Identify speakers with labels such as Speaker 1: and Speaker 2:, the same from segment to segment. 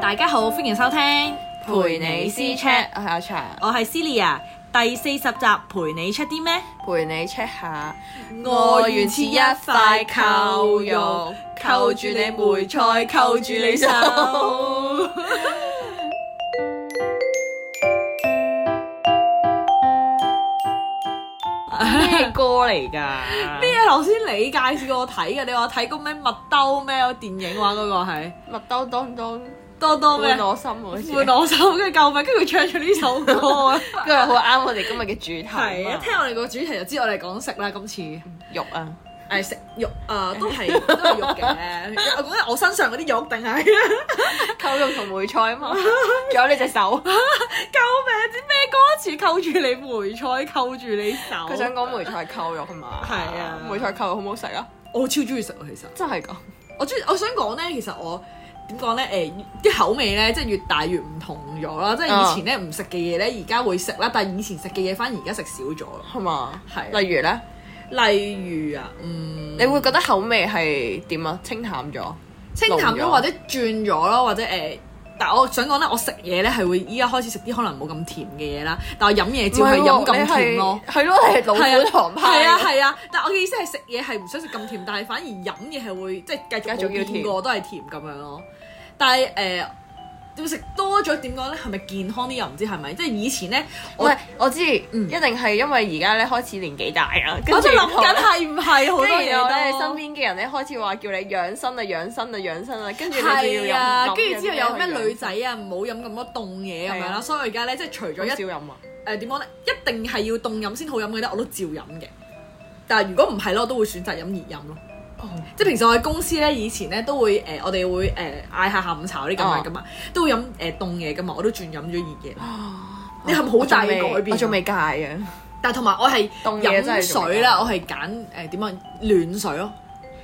Speaker 1: 大家好，歡迎收聽
Speaker 2: 陪你私 check，我係阿茶，
Speaker 1: 我係 Celia，第四十集陪你 check 啲咩？
Speaker 2: 陪你 check 下。
Speaker 1: 我原似一塊扣肉，扣住你梅菜，扣住你 手。
Speaker 2: 咩歌嚟㗎？
Speaker 1: 咩啊？頭先你介紹我睇嘅，你話睇過咩麥兜咩電影玩嗰個係
Speaker 2: 麥兜當當
Speaker 1: 多多咩
Speaker 2: 換？我心好似，
Speaker 1: 換我手嘅救命，跟住佢唱咗呢首歌啊！
Speaker 2: 跟住好啱我哋今日嘅主題啊嘛。
Speaker 1: 係一聽我哋個主題就知我哋講食啦，今次。
Speaker 2: 肉啊，
Speaker 1: 誒食肉啊，都 係都係肉嘅。我講緊我身上嗰啲肉定係救
Speaker 2: 扣肉同梅菜啊 嘛，仲有你隻手。
Speaker 1: 命！啲咩歌詞扣住你梅菜，扣住你手。
Speaker 2: 佢想講梅菜扣肉係嘛？
Speaker 1: 係啊
Speaker 2: 梅菜扣肉好唔好食啊？
Speaker 1: 我超中意食啊，其實
Speaker 2: 真係㗎。
Speaker 1: 我中意。我想講咧，其實我點講咧？誒啲口味咧，即係越大越唔同咗啦。即係以前咧唔食嘅嘢咧，而家會食啦。但係以前食嘅嘢，反而而家食少咗咯。
Speaker 2: 係嘛？
Speaker 1: 係啊
Speaker 2: 例如咧，
Speaker 1: 例如啊，嗯，
Speaker 2: 你會覺得口味係點啊？清淡咗，
Speaker 1: 清淡
Speaker 2: 濃
Speaker 1: 咗或者轉咗咯，或者誒、呃但我想講咧，我食嘢咧係會依家開始食啲可能冇咁甜嘅嘢啦，但我飲嘢照係飲咁甜咯。
Speaker 2: 係咯，你係老
Speaker 1: 係
Speaker 2: 虎堂派。
Speaker 1: 係啊係啊，但我嘅意思係食嘢係唔想食咁甜，但係反而飲嘢係會即係繼續
Speaker 2: 繼續要
Speaker 1: 冇
Speaker 2: 甜
Speaker 1: 變過都係甜咁樣咯。但係誒。呃要食多咗點講咧？係咪健康啲又唔知係咪？即係以前咧，我
Speaker 2: 喂，我知，
Speaker 1: 嗯
Speaker 2: 一定係因為而家咧開始年紀大啊，
Speaker 1: 我就諗
Speaker 2: 然後
Speaker 1: 緊係唔係好多
Speaker 2: 跟住
Speaker 1: 嘢
Speaker 2: 然後咧，
Speaker 1: 都
Speaker 2: 身邊嘅人咧開始話叫你養生啊、養生啊、養生啊，跟住你就
Speaker 1: 係
Speaker 2: 要飲
Speaker 1: 啊，
Speaker 2: 飲
Speaker 1: 跟住之後有咩
Speaker 2: 飲
Speaker 1: 女仔啊，唔好飲咁多凍嘢咁樣
Speaker 2: 係
Speaker 1: 啦。
Speaker 2: 啊
Speaker 1: 所以我而家咧，即係除咗
Speaker 2: 好
Speaker 1: 一
Speaker 2: 少飲啊，
Speaker 1: 誒點講咧，一定係要凍飲先好飲嘅咧，我都照飲嘅。但係如果唔係咧，我都會選擇飲熱飲咯。即係平時我喺公司咧，以前咧都會誒、呃我哋會誒嗌、下下午茶嗰啲咁
Speaker 2: 哦
Speaker 1: 樣噶嘛，都會飲誒凍嘢噶嘛，我都轉飲咗熱嘢。你係咪好大嘅改變啊
Speaker 2: 我仲未戒啊，
Speaker 1: 但係同埋我係
Speaker 2: 凍嘢真
Speaker 1: 飲
Speaker 2: 係仲
Speaker 1: 水啦，我係揀誒點講暖水咯。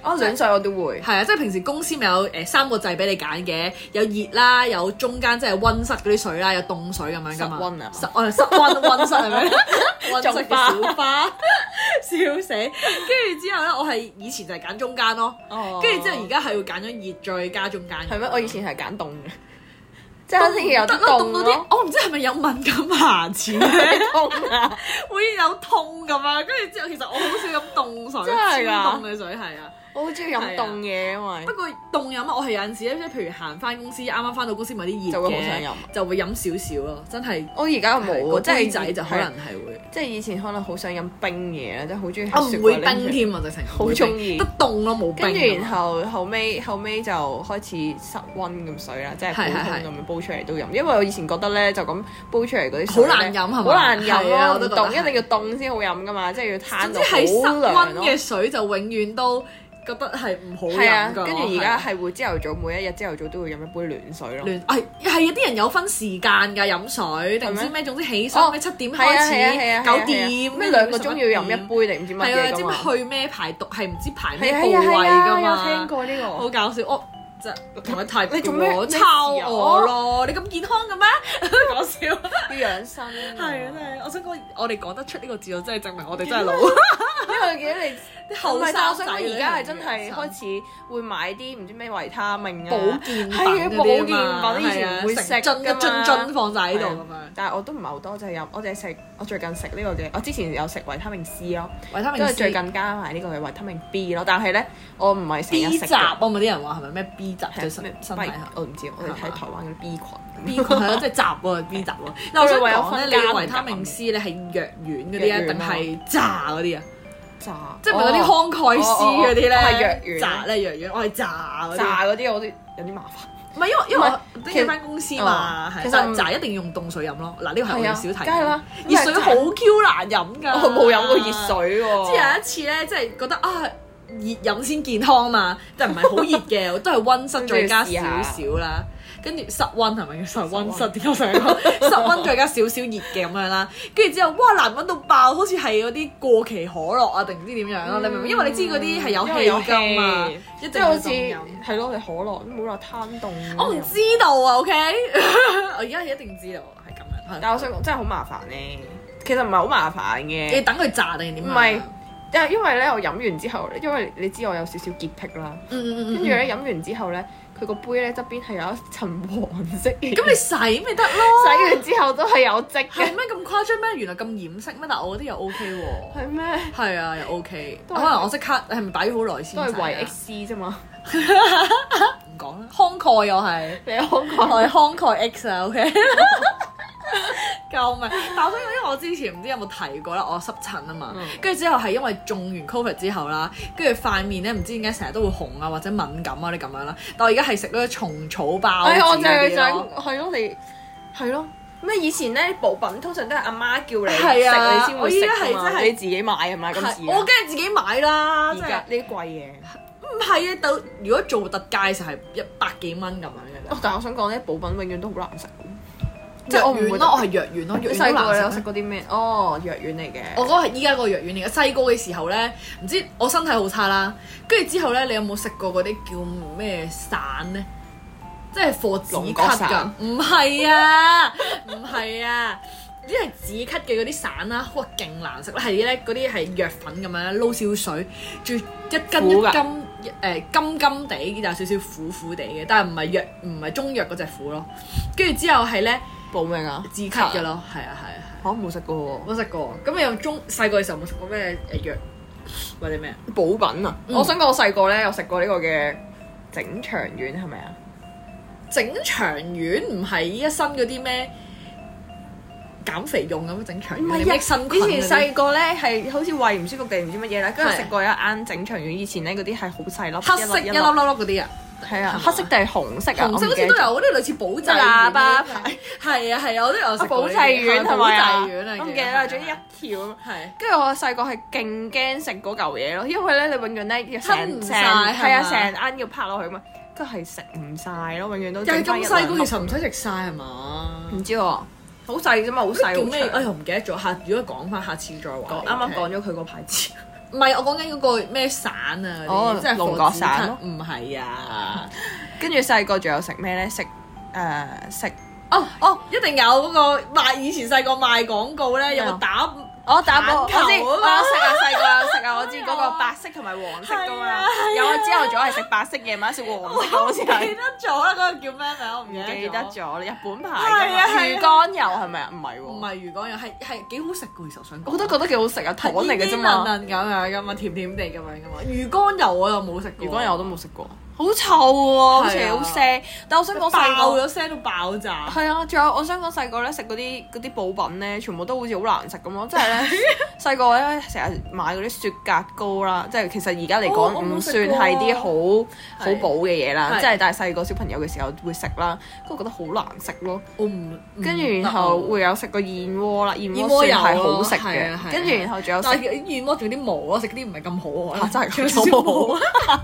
Speaker 2: 哦，兩歲我都會，
Speaker 1: 係啊，即係平時公司咪有誒、呃三個掣俾你揀嘅，有熱啦，有中間即係温室嗰啲水啦，有凍水咁樣噶嘛。
Speaker 2: 室溫啊
Speaker 1: 室我哋室 温温室係咪？温室嘅小花， 笑死！跟住之後咧，我係以前就係揀中間咯，跟住之後而
Speaker 2: 家
Speaker 1: 家係會揀咗熱再加中間。
Speaker 2: 哦係咩？我以前係揀凍嘅，即係先有啲
Speaker 1: 得啦
Speaker 2: 凍
Speaker 1: 到啲
Speaker 2: 咯，，
Speaker 1: 我唔知係咪有敏感牙齒咧，
Speaker 2: 凍啊，
Speaker 1: 會有痛咁啊！跟住之後，其實我好少飲凍水，
Speaker 2: 真係㗎
Speaker 1: 超凍嘅水係啊。
Speaker 2: 我好中意飲凍嘢，因為
Speaker 1: 不過凍飲啊，我係有陣時咧，即係譬如行翻公司，啱啱翻到公司買啲熱嘅，
Speaker 2: 就會好想飲
Speaker 1: 就會飲少少咯。真係
Speaker 2: 我而家
Speaker 1: 個
Speaker 2: 冇，啊即
Speaker 1: 杯
Speaker 2: 係
Speaker 1: 仔就可能係會，
Speaker 2: 即係以前可能好想飲冰嘢啊啦，即係好中意。
Speaker 1: 我唔會冰。添啊，直情
Speaker 2: 好鍾意
Speaker 1: 得凍咯，冇冰。
Speaker 2: 跟
Speaker 1: 啊
Speaker 2: 住然後後尾後尾就開始室温咁水啦，即係普
Speaker 1: 係係係
Speaker 2: 通咁樣煲出嚟都飲。因為我以前覺得咧就咁煲出嚟嗰啲水
Speaker 1: 好難飲係嘛
Speaker 2: 好難飲
Speaker 1: 係啊我
Speaker 2: 咯，
Speaker 1: 都
Speaker 2: 唔
Speaker 1: 覺得
Speaker 2: 凍
Speaker 1: 係
Speaker 2: 一定要凍先好飲噶嘛，即係要攤
Speaker 1: 總之
Speaker 2: 到
Speaker 1: 係室
Speaker 2: 好涼
Speaker 1: 温
Speaker 2: 咯。
Speaker 1: 嘅水就永遠都覺得係唔好
Speaker 2: 係啊，
Speaker 1: 飲㗎。
Speaker 2: 跟住而家係會朝頭早每一日朝頭早都會飲一杯暖水咯。
Speaker 1: 亂係係啊！啲人有分時間㗎，飲水定唔知
Speaker 2: 係
Speaker 1: 咩，總之起
Speaker 2: 哦
Speaker 1: 身咩七點
Speaker 2: 係啊
Speaker 1: 開
Speaker 2: 係啊
Speaker 1: 始，
Speaker 2: 係啊
Speaker 1: 九點
Speaker 2: 咩兩個鐘要飲一
Speaker 1: 杯。
Speaker 2: 杯定唔知乜
Speaker 1: 係啊，
Speaker 2: 嘢
Speaker 1: 你知
Speaker 2: 㗎
Speaker 1: 唔
Speaker 2: 嘛？
Speaker 1: 知去咩排毒係唔知排咩
Speaker 2: 係啊
Speaker 1: 部
Speaker 2: 係
Speaker 1: 位
Speaker 2: 啊係
Speaker 1: 㗎
Speaker 2: 啊，有
Speaker 1: 嘛
Speaker 2: 聽？過呢個
Speaker 1: 好。搞笑，我就同佢太
Speaker 2: 你哦做咩
Speaker 1: 我
Speaker 2: 咩事啊
Speaker 1: 抄我咯，你咁健康嘅咩？ 講笑，
Speaker 2: 要養生 啊嘛
Speaker 1: 係啊真係，我想講我哋講得出呢個字，我真係證明我哋真係老，
Speaker 2: 因為記得你
Speaker 1: 啲
Speaker 2: 唔
Speaker 1: 後
Speaker 2: 係，
Speaker 1: 生
Speaker 2: 但我
Speaker 1: 仔
Speaker 2: 想講而家係真係
Speaker 1: 啊
Speaker 2: 開始會買啲唔知咩維他命啊、
Speaker 1: 保健品
Speaker 2: 係啊
Speaker 1: 嗰
Speaker 2: 保健
Speaker 1: 啲啊嘛
Speaker 2: 品，以前唔會食
Speaker 1: 係啊成樽
Speaker 2: 㗎
Speaker 1: 一樽樽
Speaker 2: 嘛。
Speaker 1: 放晒喺度
Speaker 2: 係
Speaker 1: 咁
Speaker 2: 啊
Speaker 1: 樣，
Speaker 2: 但係我都唔係好多，就係飲，我淨係食，我最近食呢個嘅，我之前有食維他命 C 咯，
Speaker 1: 維他
Speaker 2: 都
Speaker 1: 命
Speaker 2: 係
Speaker 1: C
Speaker 2: 最近加埋呢個嘅維他命 B 咯，但係咧我唔係成
Speaker 1: B
Speaker 2: 日食
Speaker 1: 集
Speaker 2: 嘅啊
Speaker 1: 啊嘛，啲人話係咪咩 B 集對身
Speaker 2: 咩
Speaker 1: 身體啊
Speaker 2: B-
Speaker 1: 係
Speaker 2: 我唔知，我哋睇台灣嘅 B 群
Speaker 1: B 群 係啊 咯，即係集喎 B 集喎。嗱，我想
Speaker 2: 佢為咗
Speaker 1: 講咧，
Speaker 2: 分
Speaker 1: 你
Speaker 2: 家唔
Speaker 1: 維他命
Speaker 2: 敢
Speaker 1: C 咧係藥丸嗰啲啊，
Speaker 2: 藥丸
Speaker 1: 定
Speaker 2: 啊
Speaker 1: 係炸嗰啲啊？
Speaker 2: 炸，哦
Speaker 1: 即係咪嗰啲康蓋斯嗰啲咧？
Speaker 2: 哦哦哦我係藥丸
Speaker 1: 炸咧藥丸，我係炸嗰
Speaker 2: 哦
Speaker 1: 啲。啊
Speaker 2: 炸嗰啲，我都有啲麻煩。
Speaker 1: 唔係因為因為我
Speaker 2: 唔係
Speaker 1: 都要翻公司嘛，
Speaker 2: 其實
Speaker 1: 係
Speaker 2: 其實
Speaker 1: 但係
Speaker 2: 唔
Speaker 1: 炸一定要用凍水飲咯。嗱，呢個係我
Speaker 2: 係
Speaker 1: 哋
Speaker 2: 啊
Speaker 1: 少提。
Speaker 2: 梗係啦
Speaker 1: 熱水好 Q 難飲㗎。
Speaker 2: 我冇飲過熱。水
Speaker 1: 即
Speaker 2: 喎。
Speaker 1: 係有一次咧，即係覺得啊熱飲先健康嘛， 但唔係好 熱嘅，都係温室再加少少啦。跟住室温係咪叫室温室？點解我想 講室温再加少少熱嘅咁樣啦。跟住之後，哇難揾到爆，好似係嗰啲過期可樂啊，定唔知點樣咯？你
Speaker 2: 嗯
Speaker 1: 明唔明？因為你知嗰啲係有
Speaker 2: 因為有
Speaker 1: 氣㗎嘛
Speaker 2: 氣，
Speaker 1: 一
Speaker 2: 即
Speaker 1: 定
Speaker 2: 係好
Speaker 1: 要
Speaker 2: 似
Speaker 1: 凍飲
Speaker 2: 係咯，你可樂冇話攤凍。
Speaker 1: 我唔知道啊，OK，我而家一定知道係咁樣。係
Speaker 2: 但係我想講真係好麻煩咧。其實唔係好麻煩
Speaker 1: 你
Speaker 2: 嘅，
Speaker 1: 等佢炸定係點啊？
Speaker 2: 唔係但係因為咧，我飲完之後，因為你知我有少少潔癖啦，
Speaker 1: 嗯嗯
Speaker 2: 跟
Speaker 1: 嗯
Speaker 2: 住
Speaker 1: 嗯。
Speaker 2: 咧飲完之後咧，佢個杯咧側邊係有一層黃色嘅，
Speaker 1: 咁你洗咪得咯？
Speaker 2: 洗完之後都係有跡
Speaker 1: 係
Speaker 2: 嘅。
Speaker 1: 咩咁誇張咩？原來咁掩飾咩？但我嗰啲又 OK 喎。
Speaker 2: 係咩？
Speaker 1: 係啊，又 OK。
Speaker 2: 都
Speaker 1: 可
Speaker 2: 係
Speaker 1: 能我即刻係咪擺咗好耐先？啊
Speaker 2: 都係
Speaker 1: 為
Speaker 2: 為 X 啫嘛。
Speaker 1: 唔講啦，慷慨又 係。
Speaker 2: 你好講，
Speaker 1: 我係慷慨 X 啊，OK 。救命！但我想講，因為我之前唔知有冇提過啦，我濕疹啊嘛
Speaker 2: 嗯，
Speaker 1: 跟住之後係因為中完 Covid 之後啦，跟住塊面咧唔知點解成日都會紅啊或者敏感啊啲咁樣啦。但我而家係食咗蟲草包
Speaker 2: 哎，我
Speaker 1: 子
Speaker 2: 就係
Speaker 1: 嗰
Speaker 2: 想
Speaker 1: 啲咯，
Speaker 2: 係咯，你係咯。咩以前咧補品通常都係阿媽叫你
Speaker 1: 係啊
Speaker 2: 食，你先會食
Speaker 1: 我依
Speaker 2: 㗎
Speaker 1: 家係真
Speaker 2: 嘛，
Speaker 1: 係
Speaker 2: 你自己買係咪
Speaker 1: 係
Speaker 2: 咁
Speaker 1: 我梗係自己買啦，
Speaker 2: 而
Speaker 1: 即
Speaker 2: 家
Speaker 1: 係
Speaker 2: 呢啲貴嘢。
Speaker 1: 唔係啊？到如果做特價就係一百幾蚊咁樣嘅啫
Speaker 2: 哦，但係我想講咧，補品永遠都好難食。
Speaker 1: 即係
Speaker 2: 藥
Speaker 1: 我
Speaker 2: 丸
Speaker 1: 唔會咯，我係藥丸咯，
Speaker 2: 你
Speaker 1: 藥
Speaker 2: 細
Speaker 1: 丸好
Speaker 2: 個你
Speaker 1: 難食
Speaker 2: 有食
Speaker 1: 咩。
Speaker 2: 過啲咩？哦，藥丸嚟嘅。
Speaker 1: 我嗰個係依家個藥丸嚟嘅，細個嘅時候咧，唔知我身體好差啦，跟住之後咧，你有冇食過嗰啲叫咩散咧？即係貨止
Speaker 2: 龍
Speaker 1: 咳
Speaker 2: 角
Speaker 1: 㗎
Speaker 2: 散，
Speaker 1: 唔係啊，唔係啊，啲係止咳嘅嗰啲散啦，哇，勁難食啦，係咧嗰啲係藥粉咁樣撈少水，仲要一斤
Speaker 2: 苦
Speaker 1: 一
Speaker 2: 㗎
Speaker 1: 斤誒、金金地，有少少苦苦地嘅，但係唔係藥唔係中藥嗰只苦咯，跟住之後係咧
Speaker 2: 報名啊？
Speaker 1: 止咳嘅咯，係啊係啊係啊。
Speaker 2: 嚇冇食過
Speaker 1: 我食過，咁你有中細個嘅時候冇食過咩誒藥或者咩？
Speaker 2: 喎。補品啊！
Speaker 1: 嗯
Speaker 2: 我想講我細個咧有食過呢個嘅整腸丸係咪啊？
Speaker 1: 整腸丸唔係依家新嗰啲咩減肥用咁整腸丸，益生菌
Speaker 2: 啊以
Speaker 1: 嗰啲
Speaker 2: 前細個咧係好似胃唔舒服定唔知乜嘢咧，跟住
Speaker 1: 係
Speaker 2: 食過一啱整腸丸。以前咧嗰啲係好細粒，
Speaker 1: 黑色一粒粒粒嗰啲啊，
Speaker 2: 係啊
Speaker 1: 係嘛，
Speaker 2: 黑色定係紅色啊？
Speaker 1: 紅色好似都有，嗰啲類似保濟
Speaker 2: 喇叭
Speaker 1: 丸嗰啲係啊係啊，我都有食過
Speaker 2: 啊保
Speaker 1: 呢
Speaker 2: 濟
Speaker 1: 啲
Speaker 2: 丸係咪啊？
Speaker 1: 保濟丸啊，
Speaker 2: 我唔記得啦，總之一條咁。
Speaker 1: 係
Speaker 2: 跟住我細個係勁驚食嗰嚿嘢咯，因為咧你永遠咧
Speaker 1: 吞唔
Speaker 2: 成成
Speaker 1: 晒
Speaker 2: 係
Speaker 1: 係
Speaker 2: 啊
Speaker 1: 嘛
Speaker 2: 成啱要拍落去嘛，跟住係食唔晒咯，永遠都
Speaker 1: 又係
Speaker 2: 剩
Speaker 1: 咁
Speaker 2: 返一
Speaker 1: 細個，
Speaker 2: 兩
Speaker 1: 其實唔使食晒係嘛
Speaker 2: 粒？唔知喎，好細啫嘛，好細
Speaker 1: 叫
Speaker 2: 好
Speaker 1: 咩？
Speaker 2: 長
Speaker 1: 哎呀，我唔記得咗。下如果講翻，下次再話
Speaker 2: 講
Speaker 1: 你
Speaker 2: 啱啱
Speaker 1: 聽
Speaker 2: 講咗佢個牌子，
Speaker 1: 唔係，我講緊嗰個咩散啊，
Speaker 2: 哦
Speaker 1: 即係
Speaker 2: 龍角散咯
Speaker 1: 咯，唔係啊，
Speaker 2: 跟住細個仲有食咩咧？食誒食
Speaker 1: 哦哦，一定有嗰個賣以前細個賣廣告咧，有
Speaker 2: 咩
Speaker 1: 個
Speaker 2: 啊
Speaker 1: 打
Speaker 2: 我打波，我知
Speaker 1: 棒球
Speaker 2: 我
Speaker 1: 啊
Speaker 2: 食
Speaker 1: 嘛
Speaker 2: 啊細個有食啊，我知
Speaker 1: 哎呀
Speaker 2: 嗰個白色同埋黃色噶
Speaker 1: 係啊
Speaker 2: 嘛
Speaker 1: 係啊，
Speaker 2: 有啊朝頭早係食白色，夜晚食黃色嘅 好似
Speaker 1: 記
Speaker 2: 係。
Speaker 1: 得咗啦，嗰個叫咩名？我唔
Speaker 2: 唔
Speaker 1: 記得
Speaker 2: 記得咗，日本
Speaker 1: 係啊
Speaker 2: 牌
Speaker 1: 係
Speaker 2: 嘅魚
Speaker 1: 啊
Speaker 2: 肝油係咪啊？唔係喎，
Speaker 1: 唔係魚肝油，係係幾好食嘅，其實我想講。
Speaker 2: 我都覺得幾好食啊，糖嚟嘅啫
Speaker 1: 係
Speaker 2: 嘛。
Speaker 1: 煙煙韌韌咁樣噶嘛，甜甜地咁樣噶嘛。魚肝油我又冇食過，
Speaker 2: 魚肝油我都冇食過，好臭喎，好似
Speaker 1: 係啊
Speaker 2: 好腥。但我想講細
Speaker 1: 爆
Speaker 2: 個，
Speaker 1: 咗聲到爆炸。
Speaker 2: 係啊，仲有我想講細個咧食嗰啲嗰啲補品咧，全部都好似好難食咁咯。即係 咧細個咧成日買嗰啲雪格膏啦，即係其實而家嚟
Speaker 1: 哦
Speaker 2: 講
Speaker 1: 我冇
Speaker 2: 唔算
Speaker 1: 食過
Speaker 2: 係啲好好
Speaker 1: 係
Speaker 2: 補嘅嘢啦。
Speaker 1: 係
Speaker 2: 啊即係但係細個小朋友嘅時候會食啦，跟住覺得好難食咯。
Speaker 1: 我唔
Speaker 2: 跟住然後會有食過燕窩啦，燕
Speaker 1: 嗯燕
Speaker 2: 窩
Speaker 1: 窩
Speaker 2: 算係
Speaker 1: 有咯
Speaker 2: 好食
Speaker 1: 係啊係啊
Speaker 2: 嘅。跟住然後仲有
Speaker 1: 但
Speaker 2: 食
Speaker 1: 係燕窩仲有啲毛咯，食啲唔係咁好
Speaker 2: 啊
Speaker 1: 啊，
Speaker 2: 真係
Speaker 1: 仲有
Speaker 2: 仲
Speaker 1: 少
Speaker 2: 有毛
Speaker 1: 毛，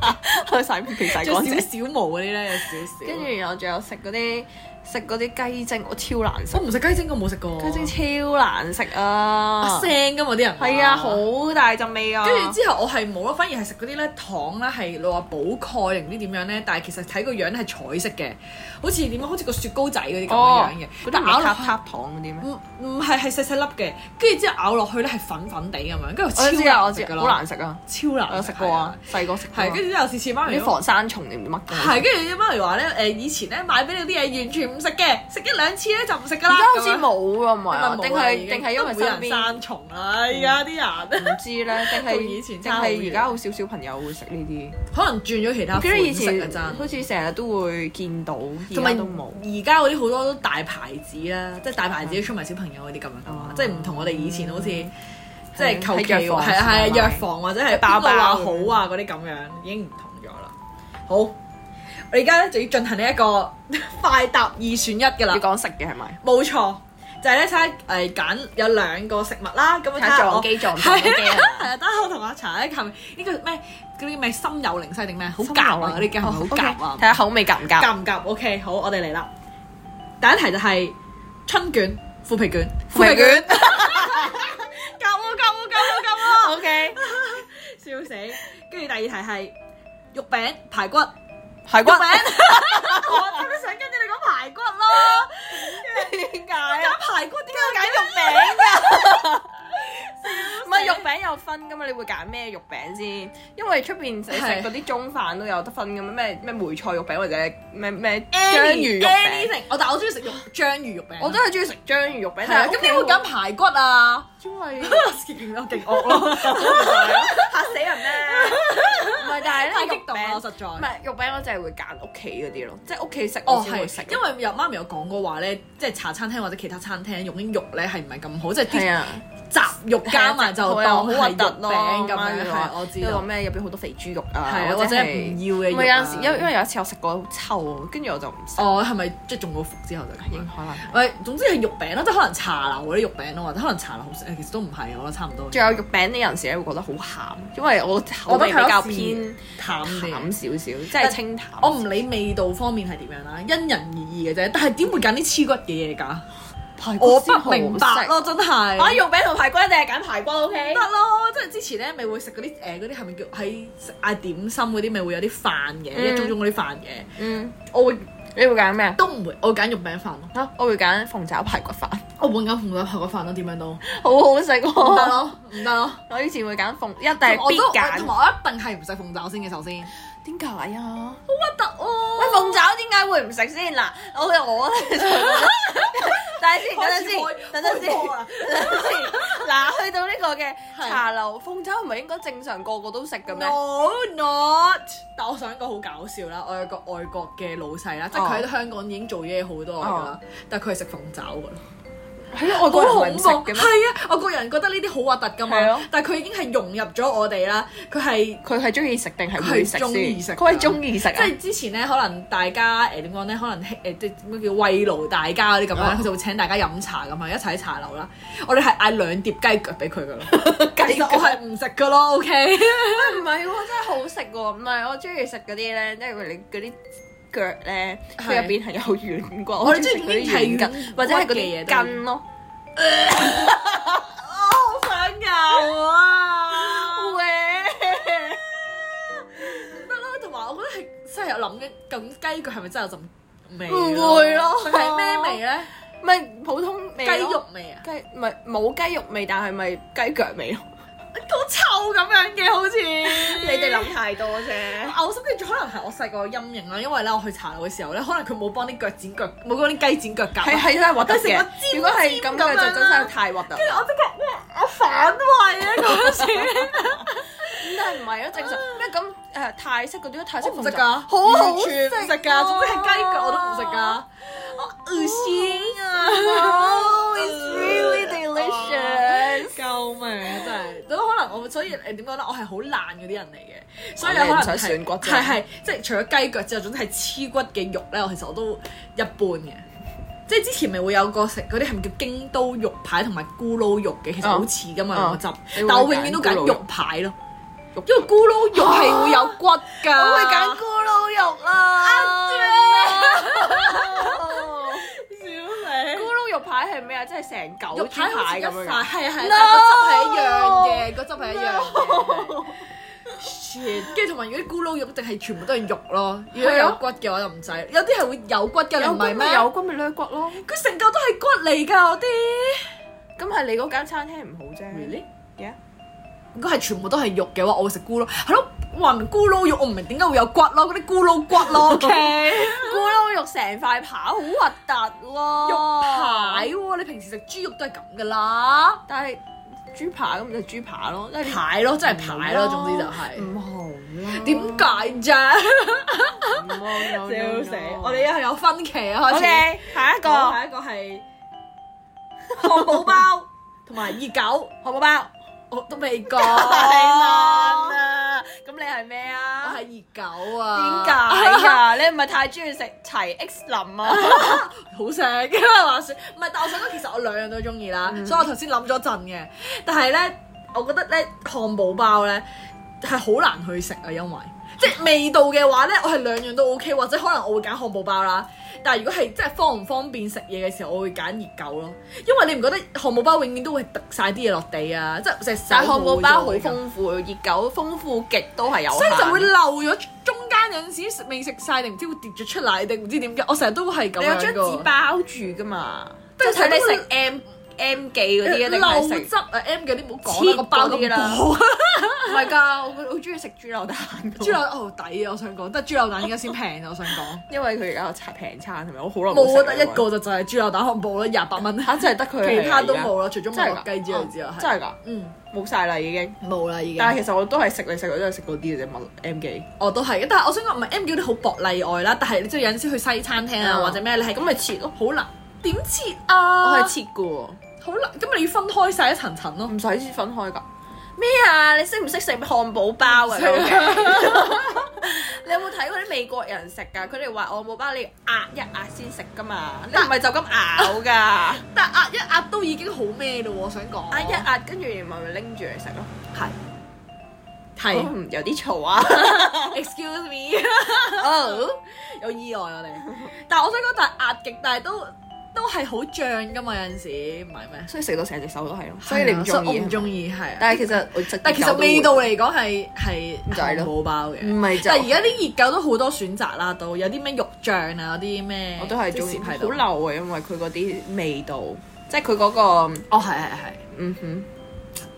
Speaker 2: 去洗面皮洗乾
Speaker 1: 仲有少
Speaker 2: 淨。
Speaker 1: 少毛嗰啲咧，有少少。
Speaker 2: 跟住然後仲有食嗰啲食嗰啲雞精，我超難食
Speaker 1: 我，唔食雞精，我冇食過。
Speaker 2: 雞精超難食啊
Speaker 1: 啊！腥噶嘛啲人話。
Speaker 2: 係啊，好大陣味啊！
Speaker 1: 跟住之後我係冇咯，反而係食嗰啲咧糖咧係你話補鈣定唔知點樣咧，但係其實睇個樣咧係彩色嘅，好似點樣，好似個雪糕仔嗰啲咁樣
Speaker 2: 哦
Speaker 1: 樣嘅，，
Speaker 2: 嗰
Speaker 1: 但
Speaker 2: 啲
Speaker 1: 咬
Speaker 2: 咬
Speaker 1: 落
Speaker 2: 塔
Speaker 1: 去
Speaker 2: 塔糖嗰啲咩？
Speaker 1: 唔唔係係細細粒嘅，跟住之後咬落去咧係粉粉地咁樣，跟住
Speaker 2: 我知啊，
Speaker 1: 超
Speaker 2: 我
Speaker 1: 難食
Speaker 2: 知，
Speaker 1: 噶
Speaker 2: 好
Speaker 1: 啦，
Speaker 2: 難食啊！
Speaker 1: 超難
Speaker 2: 我有食過啊，，細個食過啊。
Speaker 1: 係跟住之後次次媽咪都。
Speaker 2: 啲防生蟲定乜嘅？
Speaker 1: 係，跟住媽咪話咧，誒以前咧買俾你啲嘢完全唔食嘅，食一兩次咧就唔食噶
Speaker 2: 而
Speaker 1: 啦。
Speaker 2: 家好似
Speaker 1: 咁樣
Speaker 2: 冇啊，唔係啊
Speaker 1: 咁啊冇啦
Speaker 2: 定
Speaker 1: 已
Speaker 2: 係
Speaker 1: 經
Speaker 2: 定係因為
Speaker 1: 都冇
Speaker 2: 身
Speaker 1: 人
Speaker 2: 邊嗯
Speaker 1: 生蟲啦，而家啲人
Speaker 2: 唔知咧，定
Speaker 1: 同
Speaker 2: 係
Speaker 1: 以前
Speaker 2: 定
Speaker 1: 差好遠
Speaker 2: 係而家好少小朋友會食呢啲。
Speaker 1: 可能轉咗其他
Speaker 2: 我記得以
Speaker 1: 款式啊
Speaker 2: 前
Speaker 1: 真。
Speaker 2: 好似成日都會見到，而
Speaker 1: 同埋
Speaker 2: 家都冇。嗯
Speaker 1: 而家嗰啲好多都大牌子啦，即係大牌子出埋小朋友嗰啲咁樣噶嘛
Speaker 2: 哦，嗯
Speaker 1: 即係唔同我哋以前好似即係
Speaker 2: 係
Speaker 1: 求其
Speaker 2: 喺藥房
Speaker 1: 係係
Speaker 2: 買
Speaker 1: 藥房或者係包包
Speaker 2: 包包
Speaker 1: 話好啊嗰啲咁樣，已經唔同咗啦。好，我而家咧就要進行呢一個 快答二選一㗎
Speaker 2: 要
Speaker 1: 啦，
Speaker 2: 講食嘅係咪？
Speaker 1: 冇錯。就係咧，睇下誒揀有兩個食物啦，咁樣睇
Speaker 2: 睇下
Speaker 1: 下我
Speaker 2: 撞機撞唔撞機
Speaker 1: 係
Speaker 2: 啊！
Speaker 1: 啊，等下我同阿茶咧，係咪呢個咩嗰啲咩心有靈犀定咩？好
Speaker 2: 心
Speaker 1: 夾
Speaker 2: 有
Speaker 1: 啊！
Speaker 2: 靈哦
Speaker 1: 嗰啲叫係咪好夾啊
Speaker 2: 睇？下口味夾唔夾？
Speaker 1: 夾唔夾？OK，好，我哋嚟啦。第一題就係春卷、腐皮卷、
Speaker 2: 腐皮卷。
Speaker 1: 夾喎夾喎夾喎夾
Speaker 2: O
Speaker 1: 喎，
Speaker 2: K，
Speaker 1: 笑死！跟住第二題係肉餅、排骨、肉
Speaker 2: 排骨
Speaker 1: 餅。我真係想跟住你講排骨咯，
Speaker 2: 點解啊？
Speaker 1: 揀排骨點解要揀
Speaker 2: 餅㗎，唔係肉餅有分噶嘛？你會揀咩肉餅先？因為出邊食
Speaker 1: 係
Speaker 2: 嗰啲中飯都有得分噶嘛？咩咩梅菜肉餅或者咩咩章魚
Speaker 1: Any-
Speaker 2: 肉餅，
Speaker 1: anything，我但係我中意食肉章魚肉餅，
Speaker 2: 我都係中意食章魚肉餅。
Speaker 1: 係啊咁
Speaker 2: 但係咁
Speaker 1: 點
Speaker 2: 你
Speaker 1: 會
Speaker 2: 會
Speaker 1: 揀
Speaker 2: 揀？
Speaker 1: 排骨啊？
Speaker 2: 因為
Speaker 1: 見到勁惡咯，
Speaker 2: 嚇死人咩？ 唔係，但係
Speaker 1: 太
Speaker 2: 咧
Speaker 1: 激
Speaker 2: 肉
Speaker 1: 動啦，我
Speaker 2: 餅
Speaker 1: 實在。
Speaker 2: 唔係肉餅，我就係會揀屋企嗰啲咯，即係屋企食我
Speaker 1: 哦，
Speaker 2: 先會食
Speaker 1: 係，。因為有媽咪有講過話咧，即係茶餐廳或者其他餐廳用啲肉咧係唔係咁好，即係
Speaker 2: 係
Speaker 1: 啲
Speaker 2: 啊，
Speaker 1: 雜肉加埋就當好核
Speaker 2: 係啊啊
Speaker 1: 突
Speaker 2: 咯
Speaker 1: 餅咁
Speaker 2: 媽咪
Speaker 1: 樣，
Speaker 2: 話
Speaker 1: 係我知
Speaker 2: 因為話
Speaker 1: 道，
Speaker 2: 咩入邊好多肥豬肉啊，
Speaker 1: 係啊，或者係
Speaker 2: 係
Speaker 1: 唔要嘅
Speaker 2: 唔係有
Speaker 1: 肉啊。
Speaker 2: 陣時，因為因為有一次我食過好臭，跟住我就唔食。
Speaker 1: 哦，係咪即係中咗伏之後就咁樣啊
Speaker 2: 應？可能。
Speaker 1: 喂，總之係肉餅啦，即係可能茶樓嗰啲肉餅咯，或者可能茶樓好食，誒其實都唔係，我覺得差唔多。
Speaker 2: 仲有肉餅呢，有陣時咧會覺得好鹹，因為我口味比較偏
Speaker 1: 淡
Speaker 2: 淡
Speaker 1: 啲。
Speaker 2: 少少，即係清淡。
Speaker 1: 我唔理味道方面係點樣啦，因人而異嘅啫。但係點會揀啲黐骨嘅嘢㗎？
Speaker 2: 排
Speaker 1: 我
Speaker 2: 骨先
Speaker 1: 不
Speaker 2: 好
Speaker 1: 明白
Speaker 2: 食嗯
Speaker 1: 咯，。真係。
Speaker 2: 我肉餅同排骨一定係揀排骨，OK？
Speaker 1: 得咯，即係之前咧咪會食嗰啲呃誒嗰啲係咪叫喺食嗌點心嗰啲咪會有啲飯嘅，
Speaker 2: 嗯
Speaker 1: 一盅盅嗰啲飯嘅，
Speaker 2: 嗯，
Speaker 1: 我會
Speaker 2: 你會揀咩
Speaker 1: 都唔會，我會揀肉餅飯咯，
Speaker 2: 啊？我會揀鳳爪排骨飯，
Speaker 1: 我唔會揀紅豆排骨飯咯，點樣都唔
Speaker 2: 好好食
Speaker 1: 得
Speaker 2: 喎。
Speaker 1: 咯，唔得咯，
Speaker 2: 我以前會揀鳳，一定
Speaker 1: 同埋
Speaker 2: 係
Speaker 1: 我
Speaker 2: 必
Speaker 1: 都我同埋
Speaker 2: 揀。
Speaker 1: 我一定係唔食鳳爪先嘅，首先
Speaker 2: 點解啊？
Speaker 1: 不得哦
Speaker 2: 喂，鳳爪點解會唔食先？嗱，我我咧就 覺得但係先，等陣先，等陣先。 嗱，去到呢個嘅
Speaker 1: 啊係
Speaker 2: 茶樓鳳爪，唔係應該正常個個都食嘅咩？
Speaker 1: No not！但我想講好搞笑啦，我有個外國嘅老細啦，即係佢喺香港已經做嘢好多㗎啦，但係佢係食鳳爪㗎啦。
Speaker 2: 喺外
Speaker 1: 好
Speaker 2: 國人
Speaker 1: 恐
Speaker 2: 係唔
Speaker 1: 怖，
Speaker 2: 食嘅咩？
Speaker 1: 係啊！我個人覺得呢啲好核突噶
Speaker 2: 係
Speaker 1: 嘛
Speaker 2: 咯，
Speaker 1: 但係佢已經係融入咗我哋啦。佢係
Speaker 2: 佢係中意食定係會食
Speaker 1: 佢係中意食
Speaker 2: 先？
Speaker 1: 㗎
Speaker 2: 佢係中意食
Speaker 1: 即
Speaker 2: 啊！
Speaker 1: 係之前咧，可能大家誒點講咧，可能誒即係咩叫慰勞大家嗰啲咁
Speaker 2: 啊
Speaker 1: 樣，佢就會請大家飲茶咁樣，一齊喺茶樓啦。我哋係嗌兩碟雞腳俾佢 噶咯，
Speaker 2: 雞腳
Speaker 1: 其實我係唔食噶咯，OK？
Speaker 2: 唔係喎，真係好食喎！唔係我中意食嗰啲咧，即係佢哋嗰啲腳咧，佢入邊係有軟骨，
Speaker 1: 我哋
Speaker 2: 鍾意食嗰啲軟
Speaker 1: 中意睇軟
Speaker 2: 筋
Speaker 1: 骨
Speaker 2: 或者係嗰
Speaker 1: 嘅嘢哦
Speaker 2: 啲筋咯。
Speaker 1: 好想有 啊！
Speaker 2: 喂，
Speaker 1: 得啦，同埋我覺得係真係有諗緊，咁雞腳係咪真係有陣味？
Speaker 2: 唔會咯
Speaker 1: 定係咩味咧？
Speaker 2: 唔係普通 味咯
Speaker 1: 雞肉味啊！
Speaker 2: 雞唔係冇雞肉味，但係咪雞腳味咯？
Speaker 1: 好臭咁樣嘅，好似你
Speaker 2: 你哋諗太多啫。
Speaker 1: 啊我心跟住可能係我細個嘅陰影啦，因為咧我去茶樓嘅時候咧，可能佢冇幫啲腳剪腳，冇幫啲雞尖腳啊夾，
Speaker 2: 係係真係核突
Speaker 1: 佢成個尖，
Speaker 2: 嘅
Speaker 1: 啊
Speaker 2: 如果係咁嘅就真係太核突。
Speaker 1: 跟住我即刻哇，我反胃啊嗰陣時，
Speaker 2: 咁但係唔係咯，正常咩咁誒泰式嗰啲泰式
Speaker 1: 啊我唔食
Speaker 2: 鳳
Speaker 1: 㗎，
Speaker 2: 爪 好好啊
Speaker 1: 完全唔食㗎，總之係雞腳我都唔食㗎，我惡心啊
Speaker 2: Oh, It's really delicious
Speaker 1: 救命啊！真係，咁可能我所以誒點講咧，我係好懶嗰啲人嚟嘅，所以
Speaker 2: 我
Speaker 1: 有
Speaker 2: 哦哋唔
Speaker 1: 可能
Speaker 2: 想
Speaker 1: 係
Speaker 2: 選骨啫
Speaker 1: 係係即係除咗雞腳之外，總之係黐骨嘅肉咧，我其實我都一般嘅。即係之前咪會有個食嗰啲係咪叫京都肉排同埋咕嚕肉嘅，其實好似噶嘛
Speaker 2: 嗯
Speaker 1: 兩個汁
Speaker 2: 你會，
Speaker 1: 但我永遠都
Speaker 2: 揀
Speaker 1: 揀
Speaker 2: 咕嚕肉
Speaker 1: 肉排咯，
Speaker 2: 肉啊
Speaker 1: 因為咕嚕肉係會有骨㗎。
Speaker 2: 我會揀咕嚕肉啊
Speaker 1: 啊
Speaker 2: 啦。
Speaker 1: 笑
Speaker 2: 咕嚕肉排係咩啊？即係成嚿
Speaker 1: 肉
Speaker 2: 豬
Speaker 1: 排好似
Speaker 2: 排
Speaker 1: 一
Speaker 2: 咁
Speaker 1: 塊，
Speaker 2: 樣
Speaker 1: 係啊
Speaker 2: 㗎。
Speaker 1: 係
Speaker 2: No！
Speaker 1: 啊，但個汁係一樣嘅，個汁係一樣嘅。Shit，跟住同埋如果啲咕嚕肉，淨係全部都係肉咯。如果
Speaker 2: 係啊
Speaker 1: 有骨嘅我就唔制，有啲係會有骨嘅，你
Speaker 2: 有
Speaker 1: 唔
Speaker 2: 骨
Speaker 1: 係
Speaker 2: 咪
Speaker 1: 咩？
Speaker 2: 有骨咪甩骨咯。
Speaker 1: 佢成嚿都係骨嚟㗎，我啲。
Speaker 2: 咁係你嗰間餐廳唔好啫。Yeah
Speaker 1: 如果係全部都係肉嘅話，我會食咕嚕。係咯，話明咕嚕肉，我唔明點解會有骨咯，嗰啲咕嚕骨 咯，OK？
Speaker 2: 咕嚕肉成塊扒好核突咯，
Speaker 1: 肉排喎，你平時食豬肉都係咁㗎啦。
Speaker 2: 但係豬扒咁就豬扒咯，即係
Speaker 1: 排咯，真係排咯，總之就係。
Speaker 2: 唔好啦，
Speaker 1: 點解啫？
Speaker 2: 笑
Speaker 1: 我哋又有分歧啊，開始。
Speaker 2: OK 下一個
Speaker 1: 好下一個係漢堡包同埋熱狗，
Speaker 2: 漢堡包，
Speaker 1: 我哦都未 講。
Speaker 2: 啊！咁你係咩
Speaker 1: 我
Speaker 2: 啊？
Speaker 1: 係熱狗
Speaker 2: 點
Speaker 1: 啊！
Speaker 2: 解啊？你唔係太中意食齊 X 林 啊？
Speaker 1: 好食，因為話説，唔係，但我想講，其實我兩樣都中意啦，所以我頭先諗咗陣嘅，但係咧，我覺得咧漢堡包咧係好難去食啊，因為即係味道嘅話咧，我係兩樣都 OK，或者可能我會揀漢堡包啦，但係如果係即係方唔方便食嘢嘅時候，我會揀熱狗咯，因為你唔覺得漢堡包永遠都會滴晒啲嘢落地啊，即係成
Speaker 2: 但係漢堡包好
Speaker 1: 手冇咗㗎
Speaker 2: 豐富，熱狗豐富極都係有限，
Speaker 1: 所以就會漏咗中間有陣時未食晒定唔知會跌咗出嚟定唔知點嘅，我成日都係咁樣
Speaker 2: 你有張
Speaker 1: 㗎
Speaker 2: 紙包住噶嘛？即
Speaker 1: 但係
Speaker 2: 係睇你
Speaker 1: 都會
Speaker 2: 食 M M 記嗰啲一定係
Speaker 1: 呃漏
Speaker 2: 食
Speaker 1: 汁。啊！M 嘅啲唔好講啦，個包咁
Speaker 2: 切嗰啲啦
Speaker 1: 薄啊！
Speaker 2: 唔係㗎，我好中意食豬柳蛋㗎。
Speaker 1: 豬柳哦抵啊！我想講，但係豬柳蛋依家先平啊！我想講，
Speaker 2: 因為佢而家有茶平餐係咪？我好耐
Speaker 1: 冇
Speaker 2: 食
Speaker 1: 啊！得一
Speaker 2: 啦
Speaker 1: 個就就係豬柳蛋漢堡啦，廿八蚊，
Speaker 2: 嚇，真係得佢係
Speaker 1: 其他都
Speaker 2: 而家
Speaker 1: 冇啦，除咗
Speaker 2: 真係
Speaker 1: 麥
Speaker 2: 㗎
Speaker 1: 樂雞之外嗯之後
Speaker 2: 哦
Speaker 1: 係
Speaker 2: 真係㗎，啊
Speaker 1: 嗯
Speaker 2: 冇晒啦已經。
Speaker 1: 冇啦已經。
Speaker 2: 但係其實我都係食嚟食去都係食嗰啲嘅啫，麥 M 記。
Speaker 1: 我都係嘅，但係我想講唔係 M 記啲好薄例外啦，但係你知道有陣時去西餐廳啊
Speaker 2: 嗯
Speaker 1: 或者咩，你係咁咪切咯，好難點切
Speaker 2: 我
Speaker 1: 啊？
Speaker 2: 係切嘅喎，
Speaker 1: 好難，咁你要分開晒一層層咯。
Speaker 2: 唔使分開㗎。咩啊？你識唔識食漢堡包啊？
Speaker 1: 唔識啊
Speaker 2: 你有冇睇過啲美國人食㗎？佢哋話漢堡包你要壓一壓先食㗎嘛，你唔係就咁 咬㗎。
Speaker 1: 但壓一壓都已經好咩咯喎，我想講
Speaker 2: 壓一壓，跟住咪咪拎住嚟食咯。
Speaker 1: 係係
Speaker 2: 嗯，有啲嘈啊！
Speaker 1: ，excuse me，
Speaker 2: 哦，
Speaker 1: 有意外我哋。 但係我想講，但係壓極，但係都都係好脹噶嘛，有陣時唔係咩？啊
Speaker 2: 所以食到成隻手都係咯，所以你唔
Speaker 1: 所
Speaker 2: 中
Speaker 1: 我
Speaker 2: 意
Speaker 1: 唔。中意係啊。
Speaker 2: 但係其實我食，
Speaker 1: 但係其實味道嚟講係係
Speaker 2: 就係咯
Speaker 1: 漢堡包嘅。
Speaker 2: 唔係就
Speaker 1: 但係而家啲熱狗都好多選擇啦，都有啲咩肉醬啊，有啲咩
Speaker 2: 我都係中意，好
Speaker 1: 係
Speaker 2: 流啊，因為佢嗰啲味道，即係佢嗰個
Speaker 1: 哦，係係係，
Speaker 2: 嗯哼，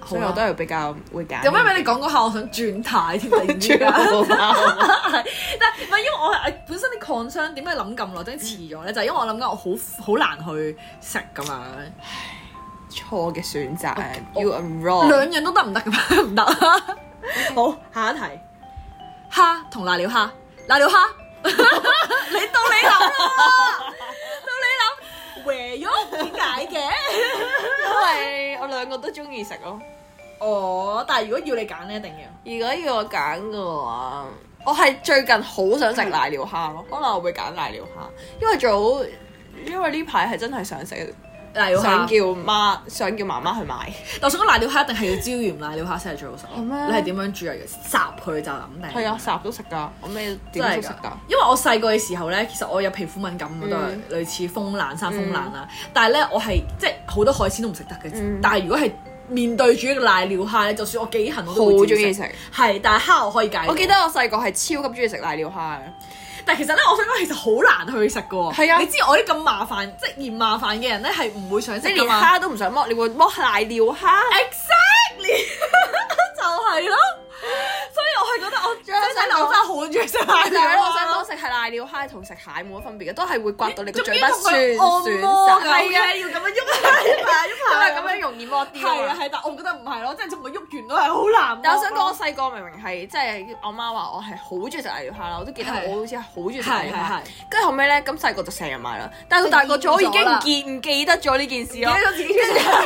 Speaker 1: 好
Speaker 2: 所以我
Speaker 1: 啦
Speaker 2: 都。係比較會揀。
Speaker 1: 有咩俾你講嗰下，我想轉態添，突然之
Speaker 2: 全
Speaker 1: 間。
Speaker 2: 部包？
Speaker 1: 啊但係唔係因為我係本身啲 concern 點解諗咁耐，真係遲咗咧？就係因為我諗緊我好好難去食咁樣，
Speaker 2: 錯嘅選擇啊
Speaker 1: 我
Speaker 2: ，you are wrong。
Speaker 1: 兩樣都得唔得咁樣？唔得
Speaker 2: 好，下一題。
Speaker 1: 蝦同瀨尿蝦，瀨 尿蝦，你到你諗啦，到你諗，歪咗點解嘅？
Speaker 2: 因為我兩個都中意食咯。
Speaker 1: 哦，但係如果要你揀咧，一定要
Speaker 2: 如果要我揀嘅話，我係最近好想食瀨尿蝦咯，可能我會揀瀨尿蝦，因為早因為呢排係真係想食，
Speaker 1: 瀨尿蝦
Speaker 2: 想叫。媽想叫媽媽去買。
Speaker 1: 但我想講瀨尿蝦一定係要椒鹽瀨尿蝦先係最好食。
Speaker 2: 係咩
Speaker 1: 你係點樣煮嚟嘅？霎佢就諗定。
Speaker 2: 係啊，霎都食㗎，我咩
Speaker 1: 真
Speaker 2: 點
Speaker 1: 係
Speaker 2: 都食㗎
Speaker 1: 㗎。，因為我細個嘅時候咧，其實我有皮膚敏感，我都係
Speaker 2: 嗯
Speaker 1: 類似風冷、生風冷啦。但係咧，我係即係好多海鮮都唔食得嘅。
Speaker 2: 嗯
Speaker 1: 但係如果係面對住一個瀨尿蝦咧，就算我幾痕我
Speaker 2: 好
Speaker 1: 都會
Speaker 2: 中
Speaker 1: 照
Speaker 2: 意。食。
Speaker 1: 係，但係蝦我可以戒到。
Speaker 2: 我記得我細個係啊超級中意食瀨尿蝦嘅，
Speaker 1: 但係其實咧，我想講其實好難去食嘅喎。
Speaker 2: 係啊
Speaker 1: 你知我啲咁麻煩，即係嫌麻煩嘅人咧，係唔會想食
Speaker 2: 即係啊
Speaker 1: 㗎
Speaker 2: 連
Speaker 1: 嘛。
Speaker 2: 蝦都唔想剝，你會剝瀨尿 蝦。
Speaker 1: Exactly，就係咯。所以我係覺得我即
Speaker 2: 仲有
Speaker 1: 係
Speaker 2: 想
Speaker 1: 留
Speaker 2: 講
Speaker 1: 真係好中意食啊瀨
Speaker 2: 其實
Speaker 1: 尿
Speaker 2: 咧，我想
Speaker 1: 蝦
Speaker 2: 講。食係瀨尿蝦同食蟹冇乜分別嘅，都係會刮到你個
Speaker 1: 仲
Speaker 2: 嘴
Speaker 1: 要
Speaker 2: 巴
Speaker 1: 同
Speaker 2: 酸
Speaker 1: 佢
Speaker 2: 酸
Speaker 1: 按摩㗎，
Speaker 2: 晒，係啊，
Speaker 1: 要咁樣喐下喐 下
Speaker 2: 因為
Speaker 1: 喐下
Speaker 2: 咁樣容易剝啲
Speaker 1: 係
Speaker 2: 啊
Speaker 1: 啊
Speaker 2: 嘛。
Speaker 1: 係，但我覺得唔係咯，即係同佢喐完都係好難。
Speaker 2: 但我想講，我，細個明明係即係我媽話我係好中意食瀨尿蝦啦，我都記得
Speaker 1: 係
Speaker 2: 我好似係好中意食瀨
Speaker 1: 係係
Speaker 2: 尿蝦
Speaker 1: 係。，
Speaker 2: 跟住後尾咧，咁細個就成日買啦，但係到大個咗已經唔記唔記得咗呢件事咯。
Speaker 1: 咗自己笑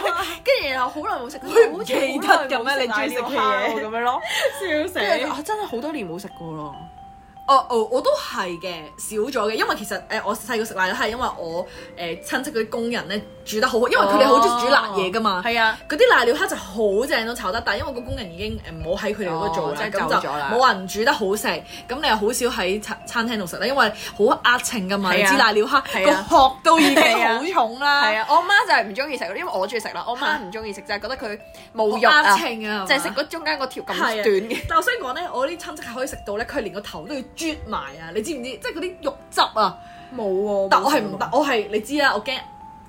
Speaker 2: 跟住然後好耐冇食，
Speaker 1: 佢唔
Speaker 2: 好似
Speaker 1: 記得
Speaker 2: 好耐冇
Speaker 1: 咁咩你中意食嘅嘢
Speaker 2: 食瀨尿蝦喎咁 樣咯。跟住就
Speaker 1: 死。
Speaker 2: 啊，真係好多年冇食過咯。
Speaker 1: 哦哦，我都係嘅，少咗嘅，因為其實誒我細個食辣嘢係因為我誒親戚嗰啲工人咧煮得好好，因為佢哋好中意煮辣嘢噶嘛。
Speaker 2: 係啊，
Speaker 1: 嗰啲瀨尿蝦就好正都炒得，但係因為個工人已經誒冇喺佢哋嗰度做啦
Speaker 2: 哦，即係
Speaker 1: 咁
Speaker 2: 走
Speaker 1: 就
Speaker 2: 咗啦
Speaker 1: 冇人煮得好食，咁你又好少喺餐餐廳度食啦，因為好壓秤噶嘛，
Speaker 2: 係啊
Speaker 1: 你知瀨尿蝦
Speaker 2: 係
Speaker 1: 個
Speaker 2: 啊
Speaker 1: 殼都已
Speaker 2: 係啊
Speaker 1: 經好重啦，
Speaker 2: 係啊，我媽就係唔中意食，因為我中意食啦。我媽唔中意食，就係覺得佢冇肉
Speaker 1: 壓
Speaker 2: 啊，
Speaker 1: 秤啊，
Speaker 2: 就係食
Speaker 1: 嗰。
Speaker 2: 嗰中間嗰條咁
Speaker 1: 係
Speaker 2: 短
Speaker 1: 啊
Speaker 2: 嘅。
Speaker 1: 但我想講咧，我啲親戚係可以食到咧，佢係連個頭都要啜埋啊！你知唔知？即係嗰啲肉汁啊！
Speaker 2: 冇喎
Speaker 1: 但我係唔得，，我係你知啦，我驚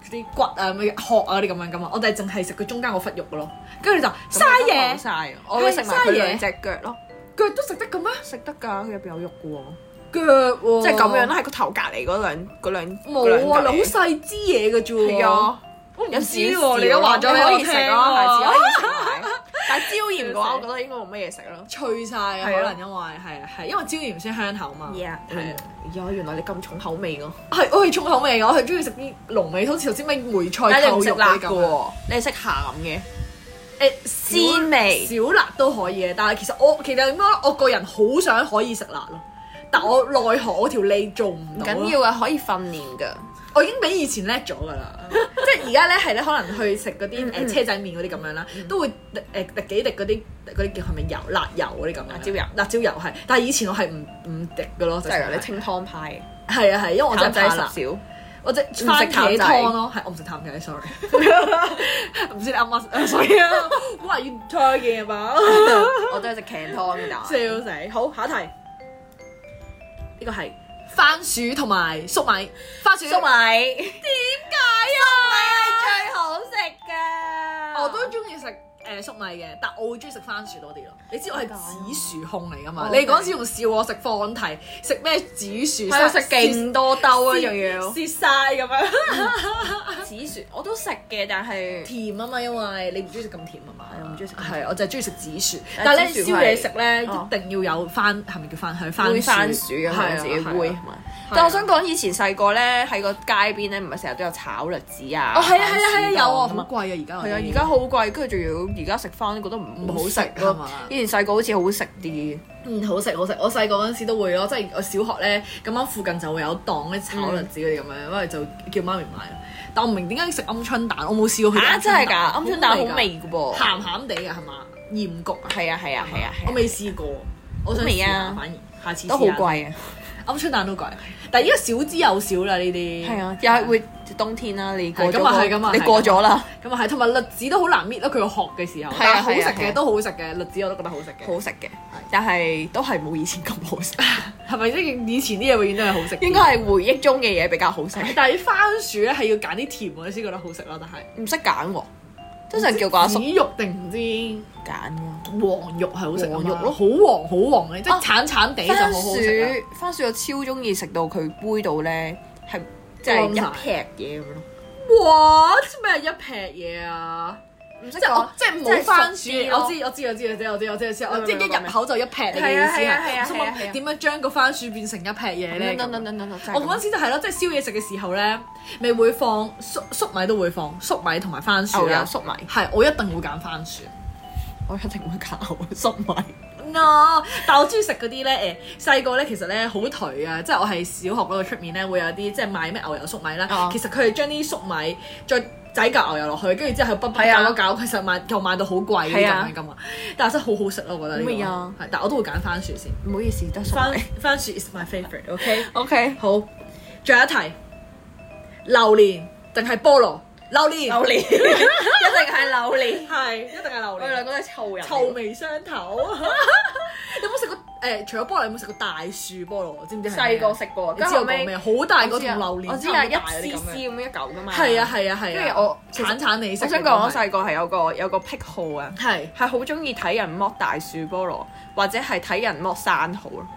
Speaker 1: 嗰啲骨啊、咩殼啊嗰啲咁樣噶嘛，我哋淨係食佢中間嗰忽肉噶咯，跟住就嘥嘢，
Speaker 2: 嘥我會食埋佢兩隻腳咯，
Speaker 1: 腳都食得嘅咩？
Speaker 2: 食得㗎，佢入邊有肉嘅喎，
Speaker 1: 腳喎，
Speaker 2: 即係咁樣啦，喺個頭隔離嗰兩嗰兩
Speaker 1: 冇啊，你好細支嘢嘅啫喎。
Speaker 2: 係啊，
Speaker 1: 我唔
Speaker 2: 有
Speaker 1: 知
Speaker 2: 少少啊
Speaker 1: 喎，你而家話咗俾
Speaker 2: 可
Speaker 1: 我
Speaker 2: 以
Speaker 1: 聽啊
Speaker 2: 食咯，下次
Speaker 1: 喎，
Speaker 2: 可以食啊埋。但係椒鹽嘅話，我覺得應該冇乜嘢食咯。
Speaker 1: 脆晒啊，
Speaker 2: 係啊
Speaker 1: 可能因為係啊係因為椒鹽先香口嘛。
Speaker 2: Yeah，
Speaker 1: 係啊
Speaker 2: 呀，原來你咁重口味㗎，
Speaker 1: 係我係重口味嘅，我係中意食啲濃味，好似頭先咩梅
Speaker 2: 但
Speaker 1: 菜
Speaker 2: 係你
Speaker 1: 扣
Speaker 2: 唔食
Speaker 1: 肉
Speaker 2: 辣
Speaker 1: 嗰啲
Speaker 2: 嘅
Speaker 1: 咁樣。
Speaker 2: 喎，你係食鹹嘅。
Speaker 1: 誒
Speaker 2: 鮮味
Speaker 1: 小辣都可以嘅，但係其實我其實點講咧，我個人好想可以食辣咯，但我奈何我條脷做唔
Speaker 2: 唔
Speaker 1: 到咯
Speaker 2: 緊要啊，可以訓練噶。
Speaker 1: 我已經比以前叻咗㗎啦，即係而家咧係咧可能去食嗰
Speaker 2: 嗯
Speaker 1: 啲誒車仔麵嗰啲咁樣啦，都會滴誒滴幾滴嗰啲嗰啲叫係咪油辣油嗰啲咁樣
Speaker 2: 辣椒油
Speaker 1: 辣椒油係，但係以前我係唔唔滴嘅咯，就
Speaker 2: 即係你清湯派，
Speaker 1: 係啊係，因為我
Speaker 2: 淡
Speaker 1: 真
Speaker 2: 仔
Speaker 1: 係
Speaker 2: 食
Speaker 1: 怕辣，
Speaker 2: 少。
Speaker 1: 我即係
Speaker 2: 食
Speaker 1: 番
Speaker 2: 淡
Speaker 1: 茄
Speaker 2: 仔
Speaker 1: 湯咯，係我唔食淡仔，sorry，唔知你啱唔 啱，sorry 啊，What are you talking about？
Speaker 2: 我都係食茄湯㗎。但係
Speaker 1: 笑死！好，下一題，呢個係番薯同埋粟米，番薯
Speaker 2: 粟米，粟米
Speaker 1: 點解啊？
Speaker 2: 係最好食
Speaker 1: 哦我都中意食誒粟米嘅，但我會中意食番薯多啲咯。你知我係紫薯控嚟噶嘛？
Speaker 2: 啊哦
Speaker 1: 你嗰次仲笑我食放題，食咩紫薯？
Speaker 2: 係啊，食勁多兜啊，
Speaker 1: 蝕
Speaker 2: 仲要
Speaker 1: 蝕晒咁樣。
Speaker 2: 紫薯我都食嘅，但係
Speaker 1: 甜啊嘛，因為你唔中意食咁甜啊嘛。
Speaker 2: 係我唔鍾意食咁
Speaker 1: 係，我就係中意食紫薯。
Speaker 2: 但
Speaker 1: 但係
Speaker 2: 紫
Speaker 1: 咧
Speaker 2: 薯
Speaker 1: 宵夜
Speaker 2: 係
Speaker 1: 食咧，
Speaker 2: 哦
Speaker 1: 一定要有番，係咪叫番香？番
Speaker 2: 煨
Speaker 1: 薯
Speaker 2: 番薯啊咁樣
Speaker 1: 係啊
Speaker 2: 自己
Speaker 1: 係啊
Speaker 2: 煨。但我想講以前細個咧喺個街邊咧，唔係成日都有炒栗子啊，
Speaker 1: 哦，係啊，係啊，係啊，
Speaker 2: 番薯
Speaker 1: 有啊，好
Speaker 2: 檔㗎嘛
Speaker 1: 貴啊，而家我哋
Speaker 2: 係啊，而家好貴，跟住仲要而家食翻覺得唔
Speaker 1: 唔好
Speaker 2: 好
Speaker 1: 食
Speaker 2: 食啊
Speaker 1: 係
Speaker 2: 咯
Speaker 1: 嘛。
Speaker 2: 以前細個好似好食啲，
Speaker 1: 嗯，好食好食，我細個嗰陣時都會咯，即係我小學咧咁啱附近就會有檔咧炒栗子嗰啲咁樣，因為就叫媽咪買啦。但我唔明點解要食鵪鶉蛋，我冇試過佢哋
Speaker 2: 啊
Speaker 1: 鵪鶉
Speaker 2: 真係㗎，
Speaker 1: 蛋
Speaker 2: 鵪鶉蛋好
Speaker 1: 㗎
Speaker 2: 味㗎噃，
Speaker 1: 鹹鹹地嘅啊係嘛？鹽焗啊，
Speaker 2: 係啊係啊係啊
Speaker 1: 我
Speaker 2: 係啊，
Speaker 1: 未試過，我想
Speaker 2: 好味
Speaker 1: 試
Speaker 2: 啊
Speaker 1: 下，反而下次
Speaker 2: 都好
Speaker 1: 試下
Speaker 2: 貴啊，
Speaker 1: 鵪鶉蛋都貴，但係依家少之又少啦呢啲。
Speaker 2: 係啊，又係會冬天啦，你過
Speaker 1: 係咁啊係
Speaker 2: 咗
Speaker 1: 咁啊
Speaker 2: 個你
Speaker 1: 係
Speaker 2: 過咗啦，
Speaker 1: 咁啊係，同埋栗子都好難搣咯，佢殼嘅時候，
Speaker 2: 係啊
Speaker 1: 但係好
Speaker 2: 係啊
Speaker 1: 食
Speaker 2: 係
Speaker 1: 嘅
Speaker 2: 啊
Speaker 1: 都好食嘅，栗子我都覺得好食嘅，
Speaker 2: 好食嘅，但係都係冇以前咁好 食，
Speaker 1: 係咪即以前啲嘢永遠都係好食啲？
Speaker 2: 應該係回憶中嘅嘢比較好食，
Speaker 1: 但係番薯咧係要揀啲甜我先覺得好食咯，但係
Speaker 2: 唔識揀喎，通常叫個阿叔
Speaker 1: 紫肉定唔知
Speaker 2: 揀喎。
Speaker 1: 黃肉係好食啊嘛
Speaker 2: 黃肉咯
Speaker 1: 好黃好黃嘅，即係
Speaker 2: 啊
Speaker 1: 橙橙地就
Speaker 2: 番
Speaker 1: 好
Speaker 2: 薯
Speaker 1: 好食啊啦。
Speaker 2: 番薯我超中意食到佢杯到咧，係即係
Speaker 1: 乾
Speaker 2: 一劈嘢咁樣咯。
Speaker 1: 哇！咩一劈嘢啊？
Speaker 2: 唔識
Speaker 1: 即係我即係冇番薯，
Speaker 2: 哦即係熟啲咯
Speaker 1: 我知我知我知我知我知我知我知，我
Speaker 2: 明
Speaker 1: 即係
Speaker 2: 明
Speaker 1: 一入口就一劈你嘅
Speaker 2: 係啊
Speaker 1: 意思
Speaker 2: 係啊
Speaker 1: 係。
Speaker 2: 係啊
Speaker 1: 我心
Speaker 2: 係啊係
Speaker 1: 諗
Speaker 2: 啊
Speaker 1: 點樣將個番薯變成一劈嘢咧？
Speaker 2: 等
Speaker 1: 咁
Speaker 2: 等等等等等，
Speaker 1: 我嗰陣時就係咯，即係宵夜食嘅時候咧，咪會放粟粟米都會放粟米同埋番薯
Speaker 2: 牛油
Speaker 1: 啦。
Speaker 2: 粟米，
Speaker 1: 係，我一定會揀番薯。
Speaker 2: 我一定會揀牛油粟米。
Speaker 1: no，但我中意食嗰啲咧誒細個咧，其實咧好頹啊！即係我係小學嗰個出面咧會有啲即係賣咩牛油粟米啦。
Speaker 2: 哦
Speaker 1: 其實佢係將啲粟米再擠嚿牛油落去，跟住之後佢不不
Speaker 2: 係啊
Speaker 1: 搞一搞，其實賣又賣到好貴咁
Speaker 2: 係啊
Speaker 1: 樣噶嘛。但係真係好好食咯，我覺得呢個
Speaker 2: 咩啊
Speaker 1: 係，但我都會揀番薯先。
Speaker 2: 唔好意思，得粟
Speaker 1: 番
Speaker 2: 米。
Speaker 1: 番薯 is my favourite。OK，
Speaker 2: O K，
Speaker 1: 好，最後一題，榴蓮定係菠蘿？榴蓮
Speaker 2: 榴蓮一定係榴蓮。
Speaker 1: 係一定係榴
Speaker 2: 我
Speaker 1: 蓮
Speaker 2: 哋。兩個都係臭人。
Speaker 1: 臭。味相投。啊 你有冇食過誒、除咗菠蘿，有冇食過大樹菠蘿？知唔知係咩啊
Speaker 2: 細個，食過，
Speaker 1: 你知我講咩？好大個同榴蓮
Speaker 2: 啊我知
Speaker 1: 差
Speaker 2: 啊，
Speaker 1: 唔
Speaker 2: 一
Speaker 1: 多大嗰啲咁樣。
Speaker 2: 絲絲咁一嚿噶嘛。
Speaker 1: 係啊係啊係啊！
Speaker 2: 跟住我其實
Speaker 1: 鏟鏟你食
Speaker 2: 我
Speaker 1: 嘅都係。
Speaker 2: 想講，我細個係有個有個癖好啊。
Speaker 1: 係
Speaker 2: 係好中意睇人剝大樹菠蘿，或者係睇人剝生蠔咯。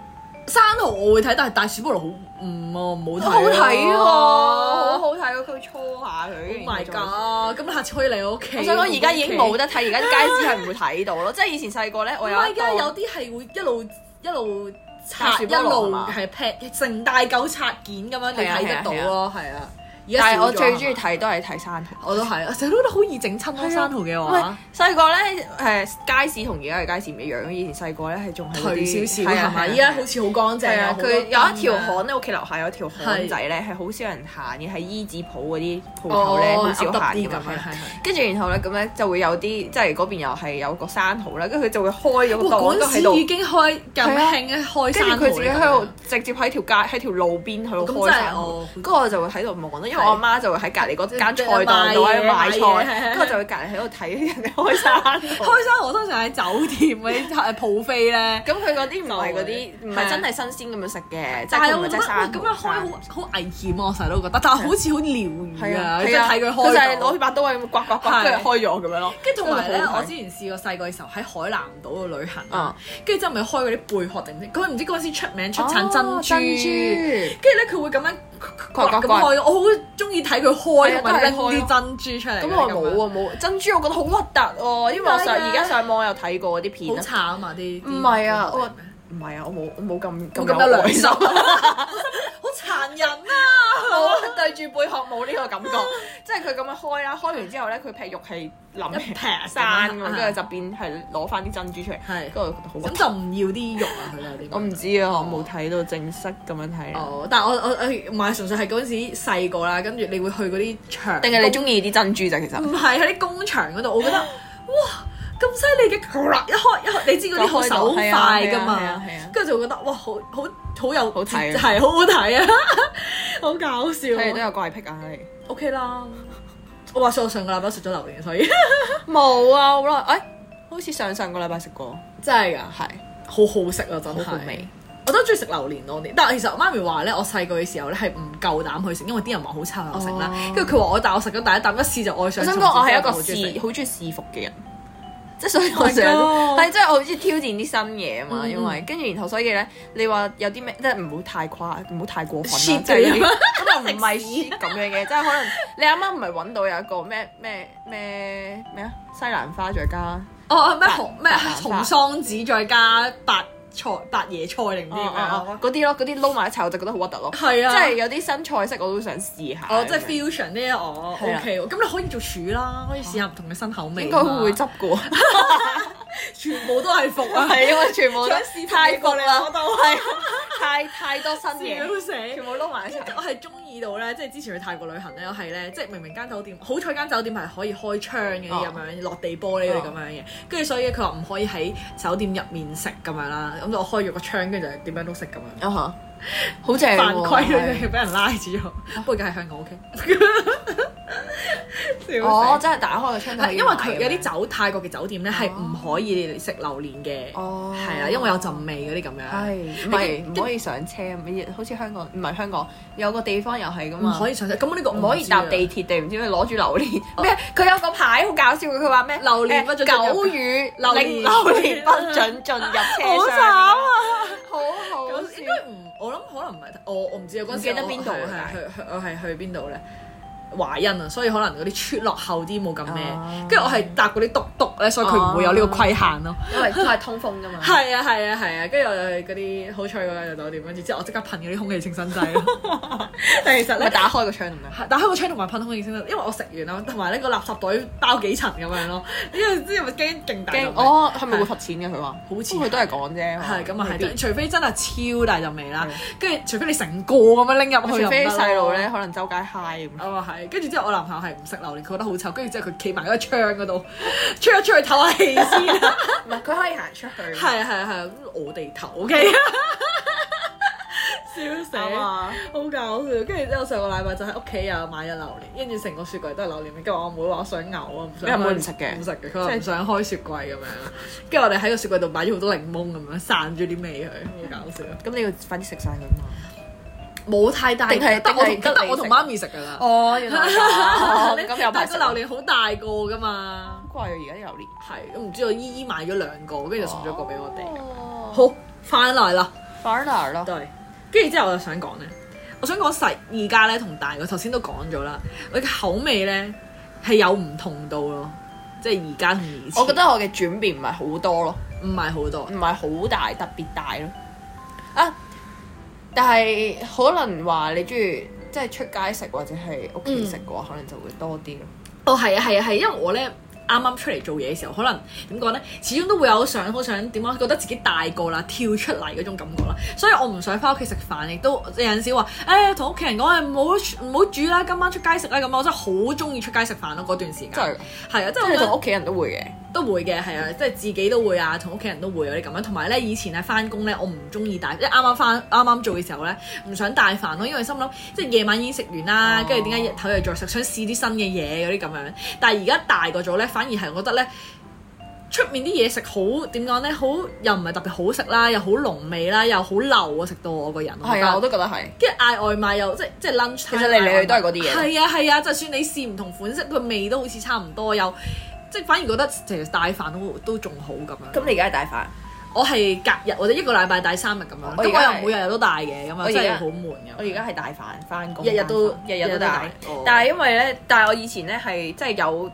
Speaker 1: 生蠔，我會睇，但係大樹菠蘿好唔我唔好
Speaker 2: 好睇
Speaker 1: 睇
Speaker 2: 喎，
Speaker 1: 喎。
Speaker 2: 好好睇喎，佢搓下
Speaker 1: Oh
Speaker 2: 佢。
Speaker 1: my god！咁你下次可以嚟我屋企。
Speaker 2: 我想講而家已經冇
Speaker 1: 得。
Speaker 2: 得睇，而家啲街市係唔會睇到 咯。即係以前細個咧，
Speaker 1: 唔
Speaker 2: Oh 我有
Speaker 1: 係
Speaker 2: 一
Speaker 1: 㗎，
Speaker 2: 檔
Speaker 1: 有啲係會一路一路
Speaker 2: 大
Speaker 1: 拆，
Speaker 2: 樹菠
Speaker 1: 一
Speaker 2: 蘿係
Speaker 1: 路
Speaker 2: 嘛
Speaker 1: 係劈成大嚿拆件咁樣，你
Speaker 2: 係啊
Speaker 1: 睇
Speaker 2: 係
Speaker 1: 得
Speaker 2: 啊
Speaker 1: 到
Speaker 2: 係啊
Speaker 1: 咯，係啊。而家
Speaker 2: 但係
Speaker 1: 少
Speaker 2: 我
Speaker 1: 咗
Speaker 2: 最
Speaker 1: 係
Speaker 2: 中
Speaker 1: 嘛
Speaker 2: 意睇都係睇生蠔。
Speaker 1: 我都係，我成日都覺得好易整親
Speaker 2: 啊
Speaker 1: 咯，生蠔嘅
Speaker 2: 喂
Speaker 1: 話，
Speaker 2: 細個咧誒街市同而家嘅街市唔一樣，以前細個咧係仲係嗰
Speaker 1: 頹
Speaker 2: 啲
Speaker 1: 少少
Speaker 2: 係啊
Speaker 1: 係
Speaker 2: 係啊
Speaker 1: 咪？依家好似好乾淨
Speaker 2: 係啊
Speaker 1: 啊，，
Speaker 2: 佢有一條巷咧，屋企樓下有一條
Speaker 1: 係
Speaker 2: 巷仔咧，係好少人行嘅，係衣紙鋪嗰啲鋪頭咧，好少行
Speaker 1: 啲
Speaker 2: 㗎
Speaker 1: 咁
Speaker 2: 嘛。係
Speaker 1: 樣
Speaker 2: 啊
Speaker 1: 係係。
Speaker 2: 跟住然後咧，咁咧就會有啲即係嗰邊又係有個生蠔啦，跟住佢就會開咗個
Speaker 1: 哇！
Speaker 2: 檔
Speaker 1: 嗰
Speaker 2: 都
Speaker 1: 陣時
Speaker 2: 喺度，
Speaker 1: 已經開咁
Speaker 2: 係啊
Speaker 1: 興咧開
Speaker 2: 跟
Speaker 1: 生
Speaker 2: 住
Speaker 1: 蠔
Speaker 2: 佢自己喺度
Speaker 1: 嚟㗎
Speaker 2: 直接喺條街喺條路邊喺
Speaker 1: 咁
Speaker 2: 度開
Speaker 1: 真
Speaker 2: 生
Speaker 1: 係
Speaker 2: 蠔
Speaker 1: 我，
Speaker 2: 跟住我就會喺度望啦，因為我阿媽就會喺隔離嗰間
Speaker 1: 即係
Speaker 2: 菜檔度喺
Speaker 1: 買
Speaker 2: 度 買
Speaker 1: 嘢買嘢係係
Speaker 2: 菜，跟住我就會隔離喺度睇人哋開 生蠔。
Speaker 1: 開生蠔通常喺酒店嗰啲 誒鋪飛咧，
Speaker 2: 咁佢嗰啲唔係嗰啲，唔
Speaker 1: 係啊
Speaker 2: 係真係新鮮咁樣食嘅，即
Speaker 1: 但
Speaker 2: 係
Speaker 1: 係
Speaker 2: 佢唔
Speaker 1: 我覺
Speaker 2: 係
Speaker 1: 得
Speaker 2: 真係生
Speaker 1: 哇
Speaker 2: 蠔。
Speaker 1: 咁樣開好好危險啊！我成日都覺得，但係好似好療
Speaker 2: 係
Speaker 1: 癒
Speaker 2: 啊，
Speaker 1: 啊！即係睇佢
Speaker 2: 佢就係
Speaker 1: 開
Speaker 2: 攞
Speaker 1: 到
Speaker 2: 把刀咁刮刮刮，跟住開咗咁樣咯。
Speaker 1: 跟住同埋咧，我之
Speaker 2: 知
Speaker 1: 前試過細個嘅時候喺海南島度旅行
Speaker 2: 啊
Speaker 1: 啊，跟住之後咪開嗰啲貝殼定唔知，佢唔知嗰陣時出名出
Speaker 2: 哦
Speaker 1: 產珍珠。
Speaker 2: 珍珠。
Speaker 1: 跟住咧，佢會咁樣
Speaker 2: 刮
Speaker 1: 刮咁
Speaker 2: 刮
Speaker 1: 開，我好中意睇佢開同埋
Speaker 2: 係啊
Speaker 1: 拎
Speaker 2: 都係開咯
Speaker 1: 啲珍珠出嚟。
Speaker 2: 咁我冇啊冇珍珠，我覺得好核突喎，因為我上
Speaker 1: 點解嘅
Speaker 2: 而家上網有睇過嗰啲
Speaker 1: 咁樣，
Speaker 2: 片啊。
Speaker 1: 好慘啊！啲啲
Speaker 2: 唔係啊，我
Speaker 1: 好
Speaker 2: 唔係啊，我冇我冇咁
Speaker 1: 冇
Speaker 2: 咁
Speaker 1: 咁有
Speaker 2: 有
Speaker 1: 良
Speaker 2: 良
Speaker 1: 心
Speaker 2: 心，啊
Speaker 1: 殘忍啊！
Speaker 2: 我對住貝殼冇呢 個感覺，即係佢咁樣開啦，開完之後咧，佢劈肉係
Speaker 1: 一
Speaker 2: 冧
Speaker 1: 劈咁
Speaker 2: 起
Speaker 1: 樣
Speaker 2: 山咁
Speaker 1: 啊
Speaker 2: 樣，跟住就變係攞翻啲珍珠出嚟，
Speaker 1: 係
Speaker 2: 跟住我覺得好核
Speaker 1: 咁
Speaker 2: 突。
Speaker 1: 就唔要啲肉啊！佢有啲
Speaker 2: 我唔知啊，我冇睇到正式咁樣睇啊。
Speaker 1: 哦，但係我我我唔係純粹係嗰陣時細個啦，跟住你會去嗰啲場，
Speaker 2: 定係你中意啲珍珠啫？其實
Speaker 1: 唔係喺啲工場嗰度，我覺得 哇咁犀利嘅，一開一開，你知嗰啲好
Speaker 2: 就開到
Speaker 1: 手
Speaker 2: 係啊
Speaker 1: 快噶
Speaker 2: 係啊
Speaker 1: 嘛
Speaker 2: 係啊係啊，
Speaker 1: 跟住就會覺得哇好好好有
Speaker 2: 好睇啊
Speaker 1: 係好好睇啊， 好搞笑
Speaker 2: 佢哋都
Speaker 1: 啊。
Speaker 2: 有怪癖啊，你
Speaker 1: O K 啦，我話說我上個禮拜食咗榴蓮， 所以
Speaker 2: 冇啊，好耐，哎，好似上上個禮拜食過，
Speaker 1: 真係㗎，
Speaker 2: 係
Speaker 1: 好好食啊，真
Speaker 2: 好好
Speaker 1: 係
Speaker 2: 味。
Speaker 1: 我都中意食榴蓮多啲，但係其實我媽咪話咧，我細個嘅時候咧係唔夠膽去食，因為啲人話好臭又食啦。跟住佢話我，但我食咗第一啖一試就愛上。
Speaker 2: 哦我想講，我係一個
Speaker 1: 甚至之
Speaker 2: 試
Speaker 1: 後
Speaker 2: 好中意試服嘅人， 即係所以我成日
Speaker 1: Oh
Speaker 2: 都
Speaker 1: my
Speaker 2: 係即係我好中意挑戰啲新嘢啊嘛，
Speaker 1: 嗯
Speaker 2: 因為跟住然後所以咧，你話有啲咩即係唔好太誇，唔好太過分啦
Speaker 1: Shit，
Speaker 2: 即係有啲
Speaker 1: 咁樣
Speaker 2: 咁又唔係 shit 咁樣嘅，即係可能你啱啱唔係揾到有一個咩咩咩咩啊西蘭花再加
Speaker 1: 哦咩
Speaker 2: 白
Speaker 1: 紅咩
Speaker 2: 白蘭花
Speaker 1: 紅桑子再加白菜白椰菜定唔知點樣啊？
Speaker 2: 嗰啲咯，嗰啲撈埋一齊我就覺得好核突咯，
Speaker 1: 係啊
Speaker 2: 哦即係有啲新菜式我都想試下咁樣，
Speaker 1: 哦，即係 fusion 呢一我
Speaker 2: 係啊
Speaker 1: OK 喎，咁你可以做廚啦，可以試下唔同嘅新口味。啊
Speaker 2: 應該會執嘅喎，
Speaker 1: 全部都係服啊，
Speaker 2: 係因為全部都
Speaker 1: 想試
Speaker 2: 太服啦，
Speaker 1: 我都
Speaker 2: 係啊太太多新嘢。
Speaker 1: 笑死。
Speaker 2: 全部撈埋一齊。
Speaker 1: 我係中意到咧，即係之前去泰國旅行咧，我係咧，即係明明間酒店，好彩間酒店係可以開窗嘅
Speaker 2: 哦
Speaker 1: 咁樣，落地玻璃嗰啲咁樣嘅，跟住所以佢話唔可以喺酒店入面食咁樣啦，咁就我開咗個窗，跟住就點樣都食咁樣，
Speaker 2: 啊哈，好正
Speaker 1: 犯
Speaker 2: 喎！
Speaker 1: 規咧
Speaker 2: 係
Speaker 1: 就俾人拉住咗，不過而家喺香港 OK， 笑死。
Speaker 2: 哦，真係打開個窗
Speaker 1: 係
Speaker 2: 睇，
Speaker 1: 因為佢有啲酒泰國嘅酒店咧係唔
Speaker 2: 哦
Speaker 1: 可以食榴蓮嘅，
Speaker 2: 哦
Speaker 1: 係啊，因為有陣味嗰啲咁樣，
Speaker 2: 係唔係唔可以上車？唔好似香港唔係香港有個地方又係咁
Speaker 1: 唔
Speaker 2: 嘛，
Speaker 1: 可以上車。咁呢個我
Speaker 2: 唔可以
Speaker 1: 知啊
Speaker 2: 搭地鐵定唔知哦佢攞住榴 蓮咩？佢有個牌好搞笑嘅，佢話咩
Speaker 1: 榴蓮不准進入
Speaker 2: 誒狗語
Speaker 1: 榴蓮
Speaker 2: 令榴 蓮不准進入車
Speaker 1: 好
Speaker 2: 廂
Speaker 1: 慘啊！
Speaker 2: 好好
Speaker 1: 我應
Speaker 2: 笑
Speaker 1: 該唔，我諗可能唔係，我我唔知啊。嗰陣時
Speaker 2: 唔記得邊度
Speaker 1: 我係
Speaker 2: 啊但係
Speaker 1: 去去，我係去邊度咧？華欣啊，所以可能嗰啲村落後啲冇咁咩
Speaker 2: 啊，
Speaker 1: 跟住我係搭嗰啲篤篤咧，所以佢唔會有呢個規限咯。
Speaker 2: 因為佢係通風㗎嘛。
Speaker 1: 係啊係啊係啊，跟住我就去嗰啲好彩嗰間酒店，跟住之後我即刻噴嗰啲空氣清新劑 咯。但係其實
Speaker 2: 咪
Speaker 1: 咧，
Speaker 2: 打開個窗咁樣。
Speaker 1: 打開個窗同埋噴空氣清新劑，因為我食完啦，同埋呢個垃圾袋包幾層咁樣咯。因為之後咪驚勁大陣
Speaker 2: 驚
Speaker 1: 味
Speaker 2: 哦，係咪會罰錢嘅？佢話好
Speaker 1: 似係
Speaker 2: 佢都係講啫。
Speaker 1: 係咁啊，
Speaker 2: 未必
Speaker 1: 係，除非真係超大陣味啦
Speaker 2: 係，
Speaker 1: 跟住除非你成個咁樣拎入去，
Speaker 2: 除非啲細路咧，。可能周街嗨咁。
Speaker 1: 啊嘛係，跟住之後我男朋友係唔食榴蓮，佢覺得好臭，跟住之後佢企埋嗰個窗嗰度， 出一出去唞下氣 先啊！
Speaker 2: 唔 係，佢可以行出去。
Speaker 1: 係係係，我哋唞 OK 笑死！
Speaker 2: 啊嘛，
Speaker 1: 好搞笑，跟住之後上個禮拜就喺屋企又買咗榴蓮，跟住成個雪櫃都係榴蓮，跟住我妹話我想嘔啊，唔想
Speaker 2: 你阿妹
Speaker 1: 開
Speaker 2: 唔食嘅
Speaker 1: 唔食嘅，佢話
Speaker 2: 即
Speaker 1: 唔
Speaker 2: 係
Speaker 1: 想開雪櫃咁樣，跟住我哋喺個雪櫃度擺咗好多檸檬咁樣散咗啲味佢，好搞笑。
Speaker 2: 咁你要快啲食晒佢嘛。
Speaker 1: 冇太大，
Speaker 2: 定係
Speaker 1: 得我
Speaker 2: 定
Speaker 1: 同
Speaker 2: 係得
Speaker 1: 得
Speaker 2: 你
Speaker 1: 我同
Speaker 2: 食
Speaker 1: 媽咪食㗎啦。
Speaker 2: 哦，原來哦咁咁有排
Speaker 1: 但係
Speaker 2: 食。
Speaker 1: 個榴蓮好大個㗎嘛，
Speaker 2: 貴啊！而家啲榴蓮，
Speaker 1: 係我唔知我姨姨買咗兩個，跟住就
Speaker 2: 哦
Speaker 1: 送咗一個俾我哋。
Speaker 2: 哋好
Speaker 1: 好，翻嚟啦，
Speaker 2: farther 咯，
Speaker 1: 對，跟住之後我就想講咧，我想講細而家咧同大個頭先都講咗啦，我嘅口味咧係有唔同到咯，即係而家同以前，
Speaker 2: 我覺得我嘅轉變唔係好多咯，
Speaker 1: 唔係好多
Speaker 2: 唔，係好大，特別大咯。啊，但係可能話你中意即係出街食或者係屋企食嘅話，可能就會多啲咯。
Speaker 1: 哦係啊係啊係，因為我咧。啱啱出嚟做嘢嘅時候，可能點講呢？始終都會有想好想點啊講，覺得自己大個啦，跳出嚟嗰種感覺啦。所以我唔想翻屋企食飯，亦都有陣時話，誒同屋企人講，誒唔好唔好煮啦，今晚出街食啦咁。我真係好中意出街食飯咯，嗰段時間
Speaker 2: 真係，
Speaker 1: 係啊，即
Speaker 2: 即係
Speaker 1: 係
Speaker 2: 你
Speaker 1: 我
Speaker 2: 同屋企人都會嘅。
Speaker 1: 都會嘅，係啊，即係自己都會啊，同屋企人都會有啲咁樣。同埋咧，以前咧翻工咧，我唔中意帶，即係啱啱翻啱啱做嘅時候咧，唔想帶飯咯，因為心諗即係夜晚已經食完啦
Speaker 2: 哦，
Speaker 1: 跟住點解日頭又再食，想試啲新嘅嘢嗰啲咁樣。但係而家大個咗咧，反而係覺得咧。出面啲嘢食好點講咧？好又唔係特別好食啦，又好濃味啦，又好流啊！食到我個人，
Speaker 2: 係啊，我都覺得係。
Speaker 1: 跟住嗌外賣又即即 lunch，其
Speaker 2: 實嚟嚟去都係嗰啲嘢
Speaker 1: 係啊係啊，就算你試唔同款式，佢味都好似差唔多，又即反而覺得其實帶飯都都仲好咁樣。
Speaker 2: 咁你而家係大飯，
Speaker 1: 我係隔日或者一個禮拜帶三日咁樣，
Speaker 2: 我
Speaker 1: 咁
Speaker 2: 而家
Speaker 1: 我
Speaker 2: 係
Speaker 1: 又每日日都帶嘅，咁
Speaker 2: 我
Speaker 1: 啊
Speaker 2: 而
Speaker 1: 真
Speaker 2: 家
Speaker 1: 係好悶
Speaker 2: 我
Speaker 1: 嘅。
Speaker 2: 而家係大飯翻工，
Speaker 1: 日日都
Speaker 2: 日日都大。
Speaker 1: 哦
Speaker 2: 但係因為咧，但係我以前咧係即係有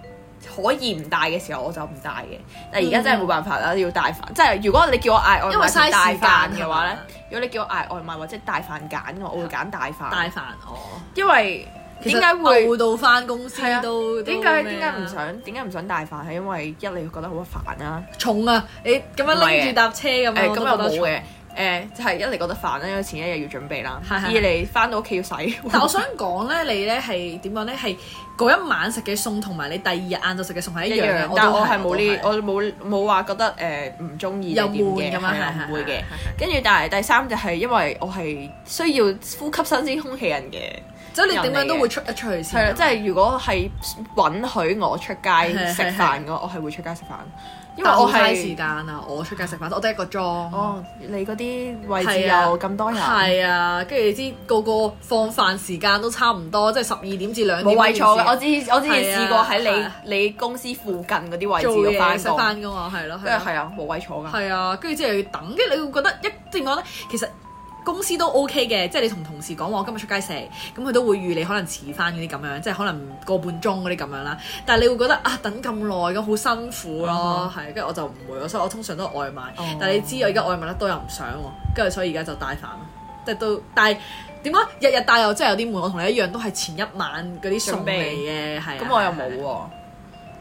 Speaker 2: 可以唔帶嘅時候，我就唔帶嘅。但係而家真係冇辦法啦，要帶飯。即係如果你叫我嗌外
Speaker 1: 因為嘥
Speaker 2: 賣帶
Speaker 1: 時間
Speaker 2: 飯嘅話
Speaker 1: 係
Speaker 2: 咧
Speaker 1: 嘛，
Speaker 2: 如果你叫我嗌外賣或者帶飯揀我，我會揀帶飯，
Speaker 1: 帶飯哦，
Speaker 2: 因為
Speaker 1: 其實
Speaker 2: 點解會
Speaker 1: 餓到翻公司
Speaker 2: 係啊
Speaker 1: 都
Speaker 2: 點解
Speaker 1: 都咩
Speaker 2: 點
Speaker 1: 啊
Speaker 2: 解唔想點解唔想帶飯？係因為一你覺得好煩啦，
Speaker 1: 重啊？你咁
Speaker 2: 唔
Speaker 1: 樣
Speaker 2: 係
Speaker 1: 拎住搭車咁
Speaker 2: 誒
Speaker 1: 樣，
Speaker 2: 咁
Speaker 1: 我都覺得
Speaker 2: 又冇啊
Speaker 1: 重。
Speaker 2: 嘅。誒、就係、一嚟覺得煩啦，因為前一日要準備啦；
Speaker 1: 係係
Speaker 2: 二嚟翻到屋企要洗。
Speaker 1: 但我想講咧，你咧係點講咧？係嗰一晚食嘅餸同埋你第二日晏晝食嘅餸係一
Speaker 2: 一
Speaker 1: 樣
Speaker 2: 樣
Speaker 1: 嘅，，
Speaker 2: 但
Speaker 1: 都
Speaker 2: 我係冇呢，
Speaker 1: 都
Speaker 2: 我冇冇話覺得誒唔中意
Speaker 1: 又
Speaker 2: 定
Speaker 1: 悶
Speaker 2: 點
Speaker 1: 咁樣
Speaker 2: 嘅，係啊
Speaker 1: 係
Speaker 2: 唔會嘅
Speaker 1: 係。係
Speaker 2: 跟住但係第三就係因為我係需要呼吸新鮮空氣人嘅，
Speaker 1: 即係你點樣都會出一出去先。
Speaker 2: 係啦，即係如果係允許我出街食飯嘅話，我係會出街食飯。因為我
Speaker 1: 但好嘥時
Speaker 2: 係
Speaker 1: 間啊！我出街食飯，我得一個裝。
Speaker 2: 哦，你嗰啲位置
Speaker 1: 係啊
Speaker 2: 又咁多人，
Speaker 1: 係啊，跟住你知個個放飯時間都差唔多，即係十二點至兩點
Speaker 2: 冇位坐嘅。我
Speaker 1: 嗰
Speaker 2: 之我之前
Speaker 1: 係啊
Speaker 2: 試過喺
Speaker 1: 係
Speaker 2: 你你公司附近嗰啲
Speaker 1: 陣
Speaker 2: 位
Speaker 1: 時
Speaker 2: 置
Speaker 1: 做
Speaker 2: 度
Speaker 1: 嘢
Speaker 2: 翻
Speaker 1: 食
Speaker 2: 工，
Speaker 1: 飯噶嘛，係咯，
Speaker 2: 跟
Speaker 1: 係啊
Speaker 2: 住係啊冇位坐㗎。
Speaker 1: 係啊，跟住之後又要等，跟住你會覺得一點講咧，其實。公司都 OK 嘅，即係你同同事講話我今日出街食，咁佢都會預你可能遲翻嗰啲咁樣，即係可能個半鐘嗰啲咁樣啦。但係你會覺得啊，等咁耐咁好辛苦咯，係、跟住我就唔會咯，所以我通常都係外賣。
Speaker 2: 哦
Speaker 1: 但係你知我而家外賣得多又唔想喎，跟住所以而家就帶飯咯，即係都但係點講？日日帶又真係有啲悶，我同你一樣都係前一晚嗰啲送
Speaker 2: 準備
Speaker 1: 嚟嘅，係啊。
Speaker 2: 咁我又冇
Speaker 1: 係啊。
Speaker 2: 喎，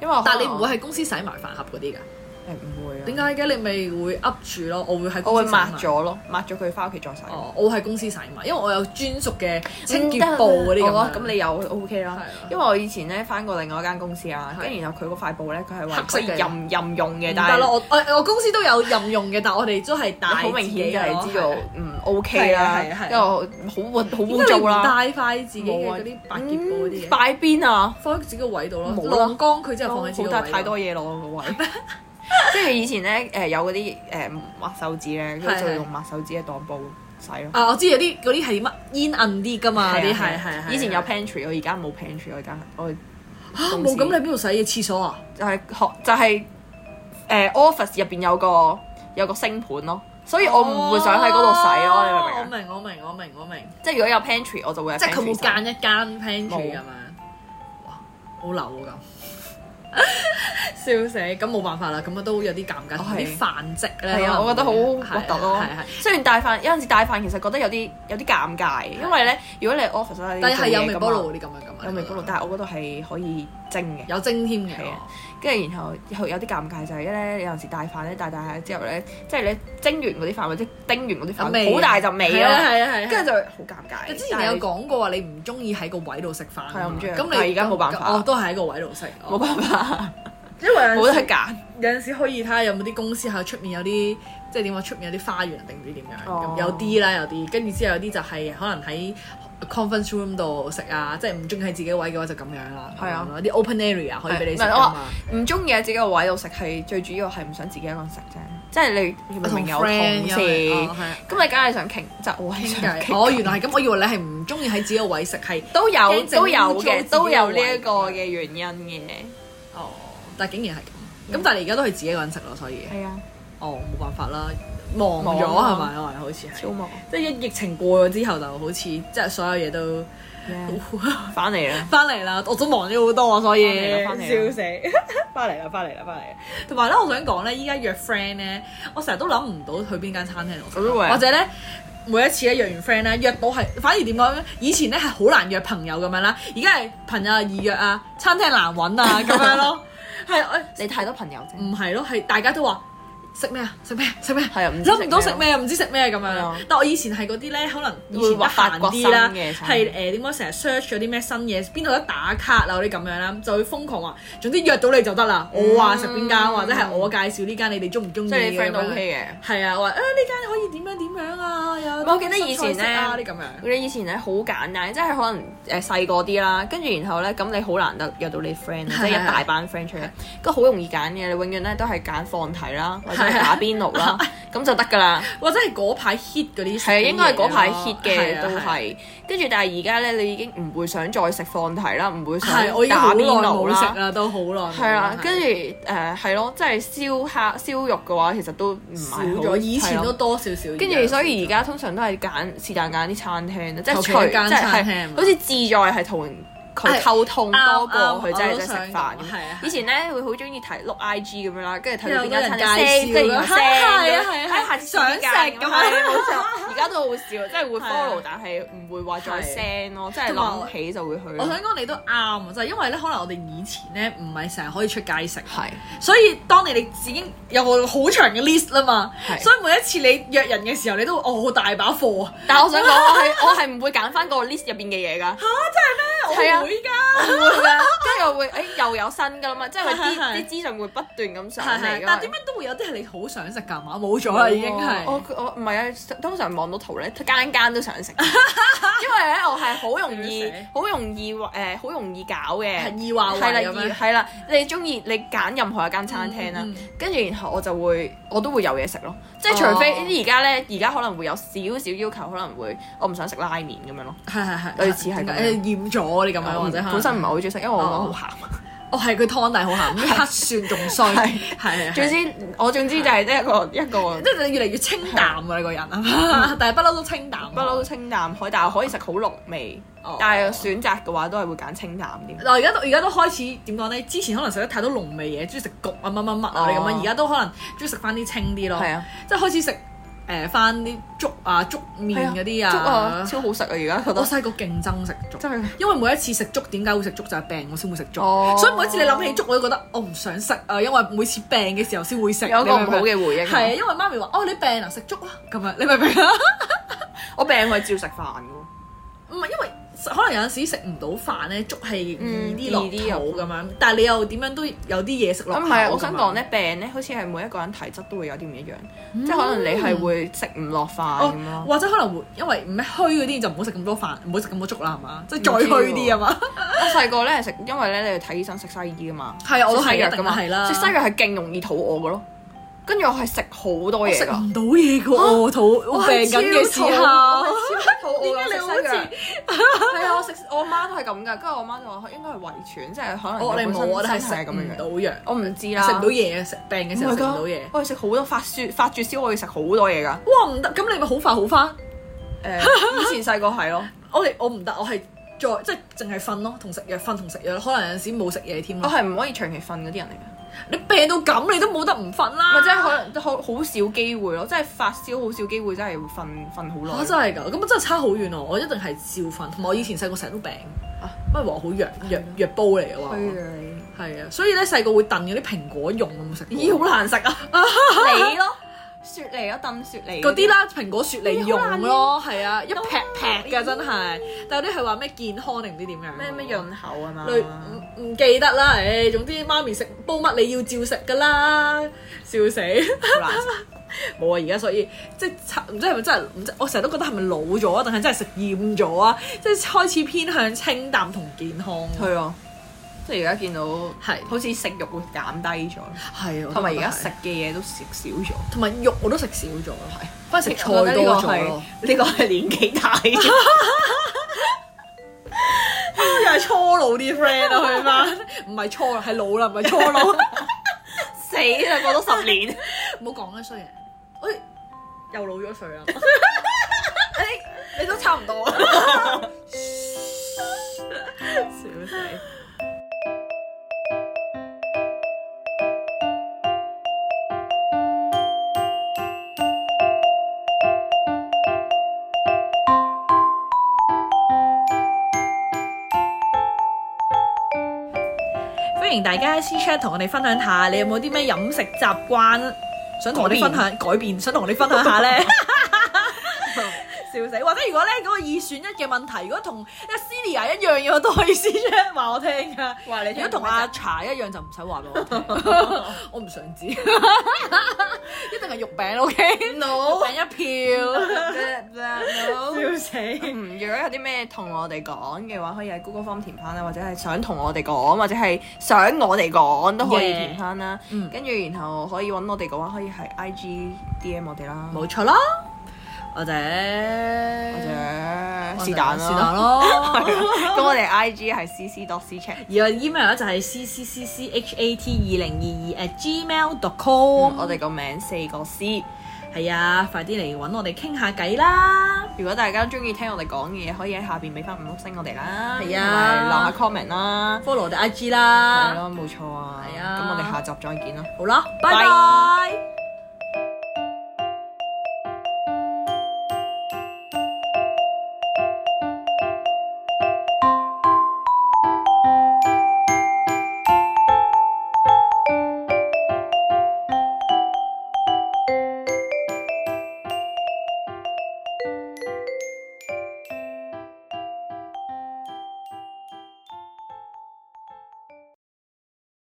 Speaker 2: 因為
Speaker 1: 但係你唔會
Speaker 2: 係
Speaker 1: 喺公司洗埋飯盒嗰啲㗎？
Speaker 2: 唔會啊？
Speaker 1: 點解嘅？你咪會噏住咯，我會喺
Speaker 2: 我
Speaker 1: 公
Speaker 2: 會
Speaker 1: 司洗
Speaker 2: 抹
Speaker 1: 埋。
Speaker 2: 咗咯，抹咗佢翻屋企再洗。
Speaker 1: 哦，我會喺公司洗埋，因為我有專屬嘅清
Speaker 2: 唔得
Speaker 1: 潔
Speaker 2: 啊
Speaker 1: 布嗰啲咁
Speaker 2: 哦
Speaker 1: 樣。
Speaker 2: 咁你又 O K 啦
Speaker 1: 係啊。
Speaker 2: 因為我以前咧翻過另外一間公司啦，跟住然後佢嗰塊布咧，佢係話
Speaker 1: 黑
Speaker 2: 可
Speaker 1: 色
Speaker 2: 以
Speaker 1: 嘅
Speaker 2: 任任用嘅
Speaker 1: 唔，
Speaker 2: 但
Speaker 1: 得咯，
Speaker 2: 係
Speaker 1: 我我我公司都有任用嘅，但我哋都係帶
Speaker 2: 好明顯就係知道
Speaker 1: 自己嘅咯啊
Speaker 2: 唔 O K 啦，
Speaker 1: 係啊係啊係啊
Speaker 2: 因為我好污好
Speaker 1: 點
Speaker 2: 污
Speaker 1: 解
Speaker 2: 糟
Speaker 1: 你唔
Speaker 2: 啦。
Speaker 1: 帶塊自己嘅嗰啲百潔布嗰啲嘢
Speaker 2: 嗯？擺邊啊？
Speaker 1: 放喺自己個位度咯，
Speaker 2: 冇啦
Speaker 1: 晾乾佢之後放喺自己
Speaker 2: 好
Speaker 1: 個
Speaker 2: 得
Speaker 1: 位
Speaker 2: 太
Speaker 1: 度。
Speaker 2: 多嘢攞個 位。即係以前咧誒有嗰啲誒抹手紙咧，跟住就用抹手紙嘅當布洗咯。
Speaker 1: 啊，我知有啲嗰啲係乜煙韌啲噶嘛，啊
Speaker 2: 啊
Speaker 1: 啲係係係。
Speaker 2: 以前有
Speaker 1: 平
Speaker 2: pantry，我而家冇 pantry，我而家我
Speaker 1: 嚇
Speaker 2: 公
Speaker 1: 冇
Speaker 2: 司
Speaker 1: 咁，你邊度洗嘢？廁所啊？
Speaker 2: 就係學就係誒 office 入邊有個有個星盤咯，所以我唔會想喺嗰度洗咯，你明唔明
Speaker 1: 哦我明
Speaker 2: 啊？
Speaker 1: 哦我明我明我明，
Speaker 2: 即係如果有 pantry，我就會
Speaker 1: 即係佢冇間
Speaker 2: 間
Speaker 1: 一間 pantry
Speaker 2: 冇
Speaker 1: 咁樣。哇，好流 啊咁！笑死，咁冇辦法啦，咁啊都有啲尷尬，同埋啲
Speaker 2: 係
Speaker 1: 飯積咧，
Speaker 2: 係啊，我覺得好
Speaker 1: à,
Speaker 2: 核突咯
Speaker 1: 係係係。
Speaker 2: 雖然帶飯有陣時帶飯其實覺得有啲有啲尷尬，因為咧如果你 office
Speaker 1: 但
Speaker 2: 咧，
Speaker 1: 係有微波
Speaker 2: 做
Speaker 1: 爐
Speaker 2: 嘢㗎嘛
Speaker 1: 嗰啲咁
Speaker 2: 啊
Speaker 1: 樣噶嘛，
Speaker 2: 有微波爐，但係我嗰度係可以蒸嘅。
Speaker 1: 有蒸添嘅
Speaker 2: 係啊。跟住然後有有啲尷尬就係咧，有陣時帶飯咧帶帶下之後咧，即係你蒸完嗰啲飯或者叮完嗰啲
Speaker 1: 有味
Speaker 2: 飯，好大陣味
Speaker 1: 係啊
Speaker 2: 咯，
Speaker 1: 係啊係啊。
Speaker 2: 跟住就好尷尬。
Speaker 1: 你之前有講過話你唔中意喺個位度食飯㗎嘛，
Speaker 2: 係啊唔中意
Speaker 1: 咁
Speaker 2: 但係
Speaker 1: 你
Speaker 2: 而家冇辦法
Speaker 1: 我都係喺個位度食，
Speaker 2: 但係冇辦法，
Speaker 1: 因為有
Speaker 2: 冇
Speaker 1: 陣
Speaker 2: 得
Speaker 1: 時
Speaker 2: 揀。
Speaker 1: 有陣時可以睇下有冇啲公司喺出面有啲即係點講，出面有啲花園定唔知點樣，
Speaker 2: 哦
Speaker 1: 咁有啲啦有啲，跟住之後有啲就係可能喺 conference room 度食啊，即係唔中意喺自己位嘅話就咁樣啦，
Speaker 2: 係啊
Speaker 1: 咁樣咯啲 open area 可以俾你食
Speaker 2: 唔係
Speaker 1: 㗎
Speaker 2: 我
Speaker 1: 嘛
Speaker 2: 話。唔中意喺自己個位度食係最主要係唔想自己一個人食啫，即係你明明有同事，
Speaker 1: friend 有
Speaker 2: 咁
Speaker 1: 哦係啊
Speaker 2: 你梗係想傾，就我係
Speaker 1: 傾
Speaker 2: 想
Speaker 1: 偈。
Speaker 2: 傾
Speaker 1: 哦，原來係咁，我以為你係唔中意喺自己個位食係，
Speaker 2: 都有
Speaker 1: 驚整
Speaker 2: 都有
Speaker 1: 污糟自
Speaker 2: 嘅，
Speaker 1: 己
Speaker 2: 都有
Speaker 1: 個
Speaker 2: 呢一
Speaker 1: 位
Speaker 2: 個嘅原因嘅。
Speaker 1: 哦，但係竟然係
Speaker 2: 嗯
Speaker 1: 咁。咁但係你而家都係自己一個人食咯，所以
Speaker 2: 係啊，
Speaker 1: 哦冇辦法啦，忙咗
Speaker 2: 忙啊
Speaker 1: 係咪？我係好似係
Speaker 2: 超，忙
Speaker 1: 即係一疫情過咗之後就好似即係所有嘢都。
Speaker 2: 翻嚟啦。
Speaker 1: 翻嚟啦，我都忙咗好多啊，所以
Speaker 2: 翻嚟啦翻嚟啦
Speaker 1: 笑死， 翻嚟啦，翻嚟啦，翻嚟啦。同埋咧，我想講咧，依家約 friend 咧，我成日都諗唔到去邊間餐廳度食
Speaker 2: 我都會
Speaker 1: 或者咧。每一次咧約完 friend 咧，約到係反而點講咧？以前咧係好難約朋友咁樣啦，而家係朋友易約啊，餐廳難揾啊咁樣 咯。係我
Speaker 2: 你太多朋友啫。
Speaker 1: 唔係咯，係大家都話食咩啊？食咩啊？食咩啊？
Speaker 2: 係啊唔知
Speaker 1: 諗唔到
Speaker 2: 食
Speaker 1: 食
Speaker 2: 咩
Speaker 1: 咩啊？唔知食咩咁
Speaker 2: 係啊
Speaker 1: 樣。但我以前係嗰啲咧，可能以
Speaker 2: 會
Speaker 1: 前得
Speaker 2: 挖
Speaker 1: 閒啲啦，
Speaker 2: 掘新嘅
Speaker 1: 係誒點講成日 search 咗啲咩新嘢，邊度有得打卡啊嗰啲咁樣啦，就會瘋狂話，總之約到你就得啦。我話食邊間，或者係我介紹呢間，你哋中唔中意？
Speaker 2: 嗯即係你 friend 都
Speaker 1: 咁樣
Speaker 2: OK
Speaker 1: 係啊，我話啊呢間可以點樣點樣啊，有
Speaker 2: 我記得以前
Speaker 1: 新菜式啊
Speaker 2: 咧
Speaker 1: 啲咁樣。
Speaker 2: 嘅。你以前咧好簡單，即係可能誒細個啲啦，跟住然後咧咁你好難得約到你 friend，即係啊 一大班 friend 出嚟，跟住好容易揀嘅，你永遠咧都係揀放題啦，或者係
Speaker 1: 啊
Speaker 2: 打邊 爐啦，咁就得㗎啦。
Speaker 1: 或者係嗰排 hit 嗰啲，
Speaker 2: 係啊，應該係嗰排 hit
Speaker 1: 係
Speaker 2: 嘅
Speaker 1: 啊
Speaker 2: 都
Speaker 1: 係啊
Speaker 2: 係，跟住但係而家咧你已經唔會想再食放題啦，唔會想
Speaker 1: 係，我已經好
Speaker 2: 打
Speaker 1: 耐
Speaker 2: 邊爐
Speaker 1: 冇
Speaker 2: 啦
Speaker 1: 食。啦，都好耐冇啦。
Speaker 2: 係啦，跟住誒係咯，即係燒烤燒肉嘅話，其實都唔係
Speaker 1: 少
Speaker 2: 好
Speaker 1: 咗，啊以前
Speaker 2: 係
Speaker 1: 都
Speaker 2: 咯
Speaker 1: 多少少。
Speaker 2: 跟住所以而家通常都係揀是但揀啲餐廳啦，啊即係
Speaker 1: 求其
Speaker 2: 除
Speaker 1: 一
Speaker 2: 即
Speaker 1: 間
Speaker 2: 係
Speaker 1: 餐
Speaker 2: 係
Speaker 1: 廳
Speaker 2: 好似志在係同佢溝通多過
Speaker 1: 啱啱
Speaker 2: 佢真係真係食
Speaker 1: 啊我都想
Speaker 2: 飯
Speaker 1: 講係啊。係
Speaker 2: 以前咧會好中意睇碌 IG 咁樣啦，跟住睇到邊
Speaker 1: 有
Speaker 2: 間
Speaker 1: 人
Speaker 2: 餐廳
Speaker 1: 介
Speaker 2: save，跟住
Speaker 1: 紹
Speaker 2: 然
Speaker 1: 啦係啊係啊係
Speaker 2: 後 send 咁樣
Speaker 1: 啊
Speaker 2: 哎下次
Speaker 1: 想
Speaker 2: 試間
Speaker 1: 食
Speaker 2: 咁
Speaker 1: 咁
Speaker 2: 樣
Speaker 1: 樣
Speaker 2: 係冇錯。而家都好笑，即係會
Speaker 1: 係
Speaker 2: follow，
Speaker 1: 啊
Speaker 2: 但係唔會話再
Speaker 1: 係
Speaker 2: send 咯，即係
Speaker 1: 同埋
Speaker 2: 諗
Speaker 1: 我
Speaker 2: 起就會去
Speaker 1: 我
Speaker 2: 咯。
Speaker 1: 想講你都啱啊，就係因為咧，可能我哋以前咧唔係成日可以出街食，
Speaker 2: 係
Speaker 1: 所以當你哋已經有個好長嘅 list 啦嘛
Speaker 2: 係，
Speaker 1: 所以每一次你約人嘅時候，你 都會哦好大把貨啊，
Speaker 2: 但係我想講，我係我係唔會揀翻個 list 入邊嘅嘢㗎。嚇！
Speaker 1: 哎我
Speaker 2: 係啊
Speaker 1: 會㗎。
Speaker 2: 會㗎， 跟住我會誒又有新㗎啦嘛，即係我
Speaker 1: 係係
Speaker 2: 啲
Speaker 1: 係
Speaker 2: 啲資訊會不斷咁上
Speaker 1: 係係
Speaker 2: 嚟㗎嘛。
Speaker 1: 但係點解都會有啲係你好想食㗎嘛？冇咗
Speaker 2: 哦
Speaker 1: 啦，已經係。
Speaker 2: 我我唔係啊，通常望到 圖咧，間間都想食，因為咧我係好容易
Speaker 1: 笑死
Speaker 2: 好容易誒好容易搞嘅
Speaker 1: 係。易話為
Speaker 2: 係啦，
Speaker 1: 咁
Speaker 2: 易
Speaker 1: 樣。
Speaker 2: 係啦，你中意你揀任何一間餐廳啦
Speaker 1: 嗯嗯，哦
Speaker 2: 跟住然後我就會我都會有嘢食咯，即係除非而家咧，而家可能會有少少要求，可能會我唔想食拉麵咁樣咯，
Speaker 1: 係係係。
Speaker 2: 類似係咁樣嗯
Speaker 1: 誒厭咗你咁哦樣或者可能
Speaker 2: 本身唔係好中意食，因為我覺得好
Speaker 1: 哦
Speaker 2: 鹹。啊
Speaker 1: 哦，係佢湯底 好鹹，黑蒜仲衰，
Speaker 2: 係
Speaker 1: 係係。
Speaker 2: 總
Speaker 1: 係
Speaker 2: 之 我總之就係一個一 個
Speaker 1: 即係你越嚟越清淡啊！你個人啊， 但係不嬲都清淡喎，
Speaker 2: 嗯不嬲都清淡海，但係可以食好濃味
Speaker 1: 哦。
Speaker 2: 但係選擇嘅話都係會揀清淡啲。
Speaker 1: 嗱，而家都而家都開始點講咧？之前可能食得太多濃味嘢，中意食焗啊乜乜乜啊
Speaker 2: 哦
Speaker 1: 你咁樣，而家都可能中意食翻啲清啲咯。
Speaker 2: 係啊，
Speaker 1: 即係開始食誒翻啲粥啊、粥麵嗰啲
Speaker 2: 粥
Speaker 1: 啊
Speaker 2: 啊，。超好食啊！而家覺
Speaker 1: 我
Speaker 2: 得
Speaker 1: 細個勁憎食粥，
Speaker 2: 真係
Speaker 1: 因為每一次食粥點解會食粥就係病，我先會食粥。
Speaker 2: 哦
Speaker 1: 所以每一次你諗起粥，我都覺得我唔想食啊，因為每次病嘅時候先會食。
Speaker 2: 有一個唔好
Speaker 1: 你
Speaker 2: 嘅
Speaker 1: 明
Speaker 2: 回
Speaker 1: 唔明係啊，
Speaker 2: 憶。
Speaker 1: 因為媽咪話：哦，你病啊，食粥啦咁樣，你明唔明啊？
Speaker 2: 我病我係照食飯嘅喎。
Speaker 1: 唔係因為可能有陣時食唔到飯咧，粥係易啲
Speaker 2: 嗯易啲
Speaker 1: 落
Speaker 2: 入
Speaker 1: 肚咁樣，但係你又點樣都有啲嘢食落
Speaker 2: 啊
Speaker 1: 口
Speaker 2: 唔
Speaker 1: 咁樣。
Speaker 2: 係，我想講咧，病咧好似係每一個人體質都會有啲唔一樣，即係可能你係會食唔落飯咁
Speaker 1: 嗯哦，
Speaker 2: 咯。
Speaker 1: 或者可能會因為唔咩虛嗰啲就唔好食咁多飯，唔好食咁多粥啦，係嘛？即係再
Speaker 2: 唔知
Speaker 1: 虛啲啊嘛。
Speaker 2: 我細個咧係食，因為咧你去睇醫生食西醫噶嘛，
Speaker 1: 係啊我都係
Speaker 2: 食西藥㗎
Speaker 1: 一定係啦
Speaker 2: 嘛，食西藥係勁容易肚餓嘅咯。跟住我係食好多
Speaker 1: 我
Speaker 2: 嘢
Speaker 1: 食
Speaker 2: 㗎，
Speaker 1: 唔到嘢嘅喎，肚我病緊嘅時候。
Speaker 2: 超肚餓
Speaker 1: 點解你好
Speaker 2: 食西藥
Speaker 1: 似
Speaker 2: 係啊，我食我媽都係咁噶，跟住我媽就話應該係遺傳，即係可能
Speaker 1: 我哋
Speaker 2: 本身
Speaker 1: 冇啊？但係
Speaker 2: 身體
Speaker 1: 食
Speaker 2: 係咁
Speaker 1: 唔
Speaker 2: 樣樣。
Speaker 1: 到藥，
Speaker 2: 我唔知啦，Oh
Speaker 1: 食唔到嘢，食病嘅時候食
Speaker 2: 係
Speaker 1: 唔
Speaker 2: 㗎
Speaker 1: 到嘢。
Speaker 2: 我係食好多發燒發住燒，我要食好多 嘢噶。
Speaker 1: 哇唔得，咁你咪好快好翻。
Speaker 2: 誒，以前細個係咯，
Speaker 1: 我哋我唔得，我係再即係淨係瞓咯，同食藥瞓同食藥，可能有陣時冇食嘢添
Speaker 2: 我
Speaker 1: 咯。
Speaker 2: 係唔可以長期瞓嗰啲人嚟嘅，
Speaker 1: 你病到咁，你都冇得唔瞓啦。
Speaker 2: 咪即係可能好好少機會咯，即係發燒好少機會真係會瞓瞓好
Speaker 1: 嚇
Speaker 2: 耐。
Speaker 1: 啊真係㗎，咁真係差好遠喎！我一定係照瞓，同埋我以前細個成日都病
Speaker 2: 啊，
Speaker 1: 不如話我好藥藥藥煲嚟嘅
Speaker 2: 虛
Speaker 1: 喎，
Speaker 2: 啊你！
Speaker 1: 嗯係啊，所以咧細個會燉嗰啲蘋果蓉有冇食過？
Speaker 2: 咦，好難食啊！你咯，雪梨咯，燉雪梨
Speaker 1: 嗰啲，啦，蘋果雪梨蓉咯，係啊，一劈
Speaker 2: 劈
Speaker 1: 劈㗎真係，但有啲係話咩健康定唔知點樣
Speaker 2: 咩咩潤口啊嘛，
Speaker 1: 類唔唔記得啦，誒，總之媽咪食煲乜你要照食㗎啦，笑死！
Speaker 2: 好難食。
Speaker 1: 冇啊！而家所以即係差唔知係咪真係唔知，我成日都覺得係咪老咗啊，定係真係食厭咗啊？即係開始偏向清淡同健康。
Speaker 2: 係啊，即係而家見到
Speaker 1: 係
Speaker 2: 好似食慾會減低咗，
Speaker 1: 係啊，
Speaker 2: 同埋而
Speaker 1: 我都
Speaker 2: 家
Speaker 1: 覺
Speaker 2: 食
Speaker 1: 得係
Speaker 2: 嘅嘢都食少咗。
Speaker 1: 同埋肉我都食少咗咯，係反而食菜多
Speaker 2: 我覺得呢個
Speaker 1: 咗
Speaker 2: 係
Speaker 1: 咯。
Speaker 2: 呢個係年紀大咗，
Speaker 1: 又係初老啲 friend 啊，佢嘛？ 唔係初老，係老啦，唔係初 老。唔
Speaker 2: 死啦！過咗十 年，
Speaker 1: 好講啦，衰嘢，我又老咗歲啊啦。
Speaker 2: 哎你都差唔 多。
Speaker 1: 笑死！歡迎大家喺 C chat 同我哋分享下，你有冇啲咩飲食習慣想同我哋分享改變，想同我哋分享下呢？笑死！或者如果咧嗰個二選一嘅問題，如果同阿 Celia 一樣嘅，我都可以 C chat 話我聽噶。
Speaker 2: 話你
Speaker 1: 如果同阿茶一樣就唔使話俾我 聽，我唔想 知，一定係肉餅 OK，肉
Speaker 2: no，
Speaker 1: 餅一票，
Speaker 2: 唔
Speaker 1: 笑死！
Speaker 2: 嗯如果有啲咩同我哋講嘅話，可以喺 Google Form 填翻啦，或者係想同我哋講，或者係想我哋講都可以
Speaker 1: Yeah
Speaker 2: 填翻啦。
Speaker 1: 嗯
Speaker 2: 跟住然後可以揾我哋嘅話，可以係 IG DM 我哋啦，
Speaker 1: 冇錯啦，或者
Speaker 2: 或者
Speaker 1: 或
Speaker 2: 是但
Speaker 1: 是但
Speaker 2: 啦。
Speaker 1: 咯。
Speaker 2: 咁我哋 IG 係 CC dot C check。
Speaker 1: 而我 email 就係 c c c c h a t 二零二二 at gmail dot com，
Speaker 2: 我哋個名四個 C。
Speaker 1: 係啊，快啲嚟揾我哋傾下偈啦！
Speaker 2: 如果大家中意聽我哋講嘅嘢，可以喺下邊俾翻五粒星我哋啦，
Speaker 1: 係啊
Speaker 2: 同埋留下 comment 啦，
Speaker 1: follow 我哋 IG
Speaker 2: 係
Speaker 1: 啦，
Speaker 2: 咯，冇錯啊，
Speaker 1: 係啊
Speaker 2: 咁我哋下集再見啦。
Speaker 1: 好啦，拜
Speaker 2: 拜
Speaker 1: 拜。